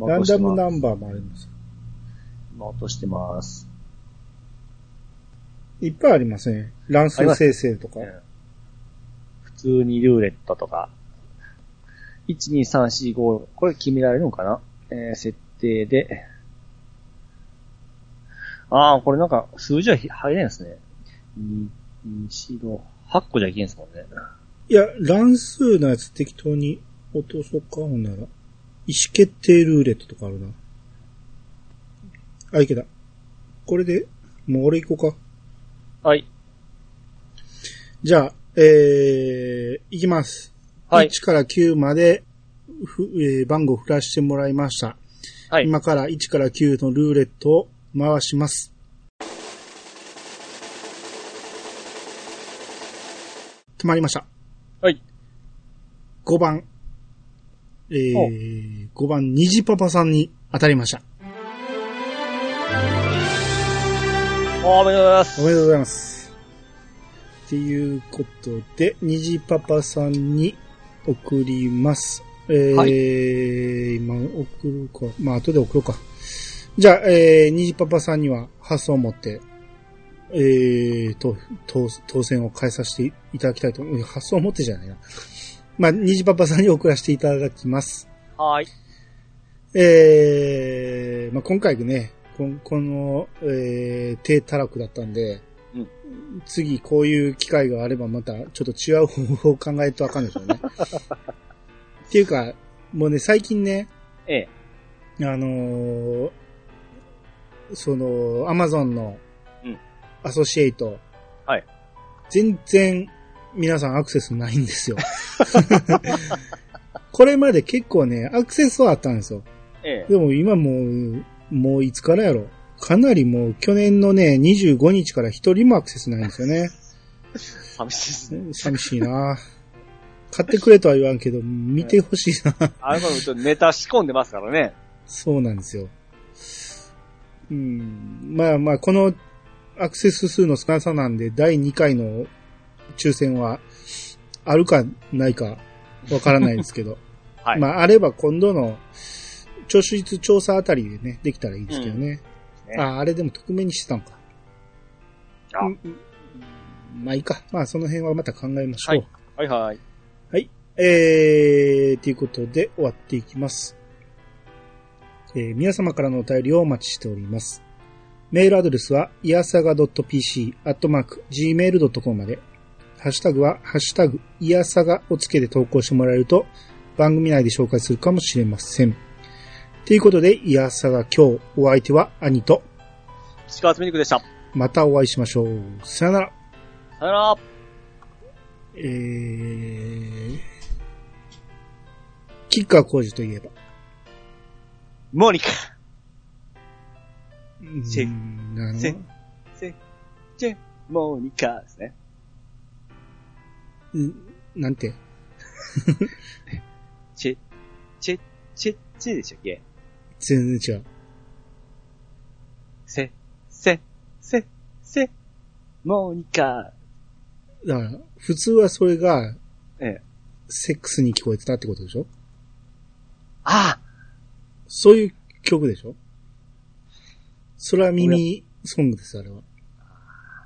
A: ランダムナンバーもあります。
B: 今落としてます。
A: いっぱいありますね。乱数生成とか。
B: うん普通にルーレットとか。1,2,3,4,5これ決められるのかなえー、設定で。ああ、これなんか数字はひ入れないですね。2、2、4、8個じゃいけんすもんね。
A: いや、乱数のやつ適当に落とそうか、ほんなら。意思決定ルーレットとかあるな。あ、いけた。これで、もう俺行こうか。
B: はい。
A: じゃあ、えー、いきます。
B: はい。
A: 1から9まで、ふえー番号振らしてもらいました。
B: はい。
A: 今から1から9のルーレットを回します。止まりました。
B: はい。
A: 5番。えー、5番、虹パパさんに当たりました。
B: おめでとうございます。
A: おめでとうございます。っていうことで、虹パパさんに送ります。えー
B: は
A: 今送るか。まあ、後で送ろうか。じゃあ、えー、虹パパさんには発送を持って、えー、と、当当選を変えさせていただきたいと思う。発送を持ってじゃないな。まあ、虹パパさんに送らせていただきます。
B: はい。
A: えーまあ、今回ね、こんこの、えー、低たらくだったんで、
B: うん
A: 次こういう機会があればまたちょっと違う方法を考えるとあかんでしょ うね。っていうか、もうね、最近ね、
B: ええ。
A: あのーその、アマゾンの
B: うん
A: アソシエイト、
B: はい
A: 全然皆さんアクセスないんですよ。 これまで結構ね、アクセスはあったんですよ。
B: ええ。
A: でも今もう、もういつからやろかなりもう去年のね、25日から一人もアクセスないんですよね。
B: 寂しいですね。
A: 寂しいな買ってくれとは言わんけど、見てほしいな
B: あの子ちょっとネタ仕込んでますからね。
A: そうなんですよ。うん。まあまあ、このアクセス数の少なさなんで、第2回の抽選は、あるかないかわからないですけど。
B: はい。
A: まあ、あれば今度の、調子率調査あたりでね、できたらいいですけどね。
B: うん
A: あ、あれでも匿名にしてたのか。
B: あ
A: うんまあいいか。まあ、その辺はまた考えましょう。
B: はいはい。
A: えー、ということで終わっていきます。えー皆様からのお便りをお待ちしております。メールアドレスは、いやさが .pc、アットマーク、gmail.com まで。ハッシュタグは、ハッシュタグ、いやさがをつけて投稿してもらえると、番組内で紹介するかもしれません。ということで、いやさが今日、お相手は兄と、
B: 石川つみにくでした。さ
A: またお会いしましょう。さよなら。
B: よなら。
A: えー、キッカー工事といえば、
B: モニカ。
A: チェン、あの
B: チェンチェン、モニカですね。
A: うんなんて、
B: チェ、チェ、チェ、チェでしたっけ
A: 全然違う。
B: せ、せ、せ、せ、モニカ。
A: だから、普通はそれが、
B: ええ。
A: セックスに聞こえてたってことでしょ
B: あ
A: そういう曲でしょそれは耳ソングです、あれは。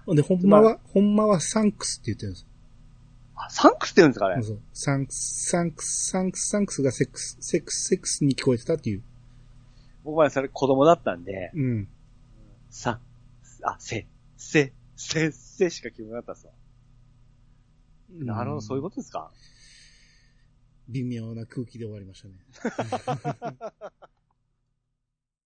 A: ほんで、ほんまは、ほんまはサンクスって言ってるんです
B: あサンクスって言うんですかね
A: そうサンクス、サンクス、サンクス、サンクスがセックス、セックス、セックスに聞こえてたっていう。
B: 僕までそれ子供だったんで、
A: うん。
B: さ、あ、せ、せ、せ、せしか気分なかったっすわ。なるほど、そういう
A: こ
B: ことですか
A: 微妙な空気で終わりましたね。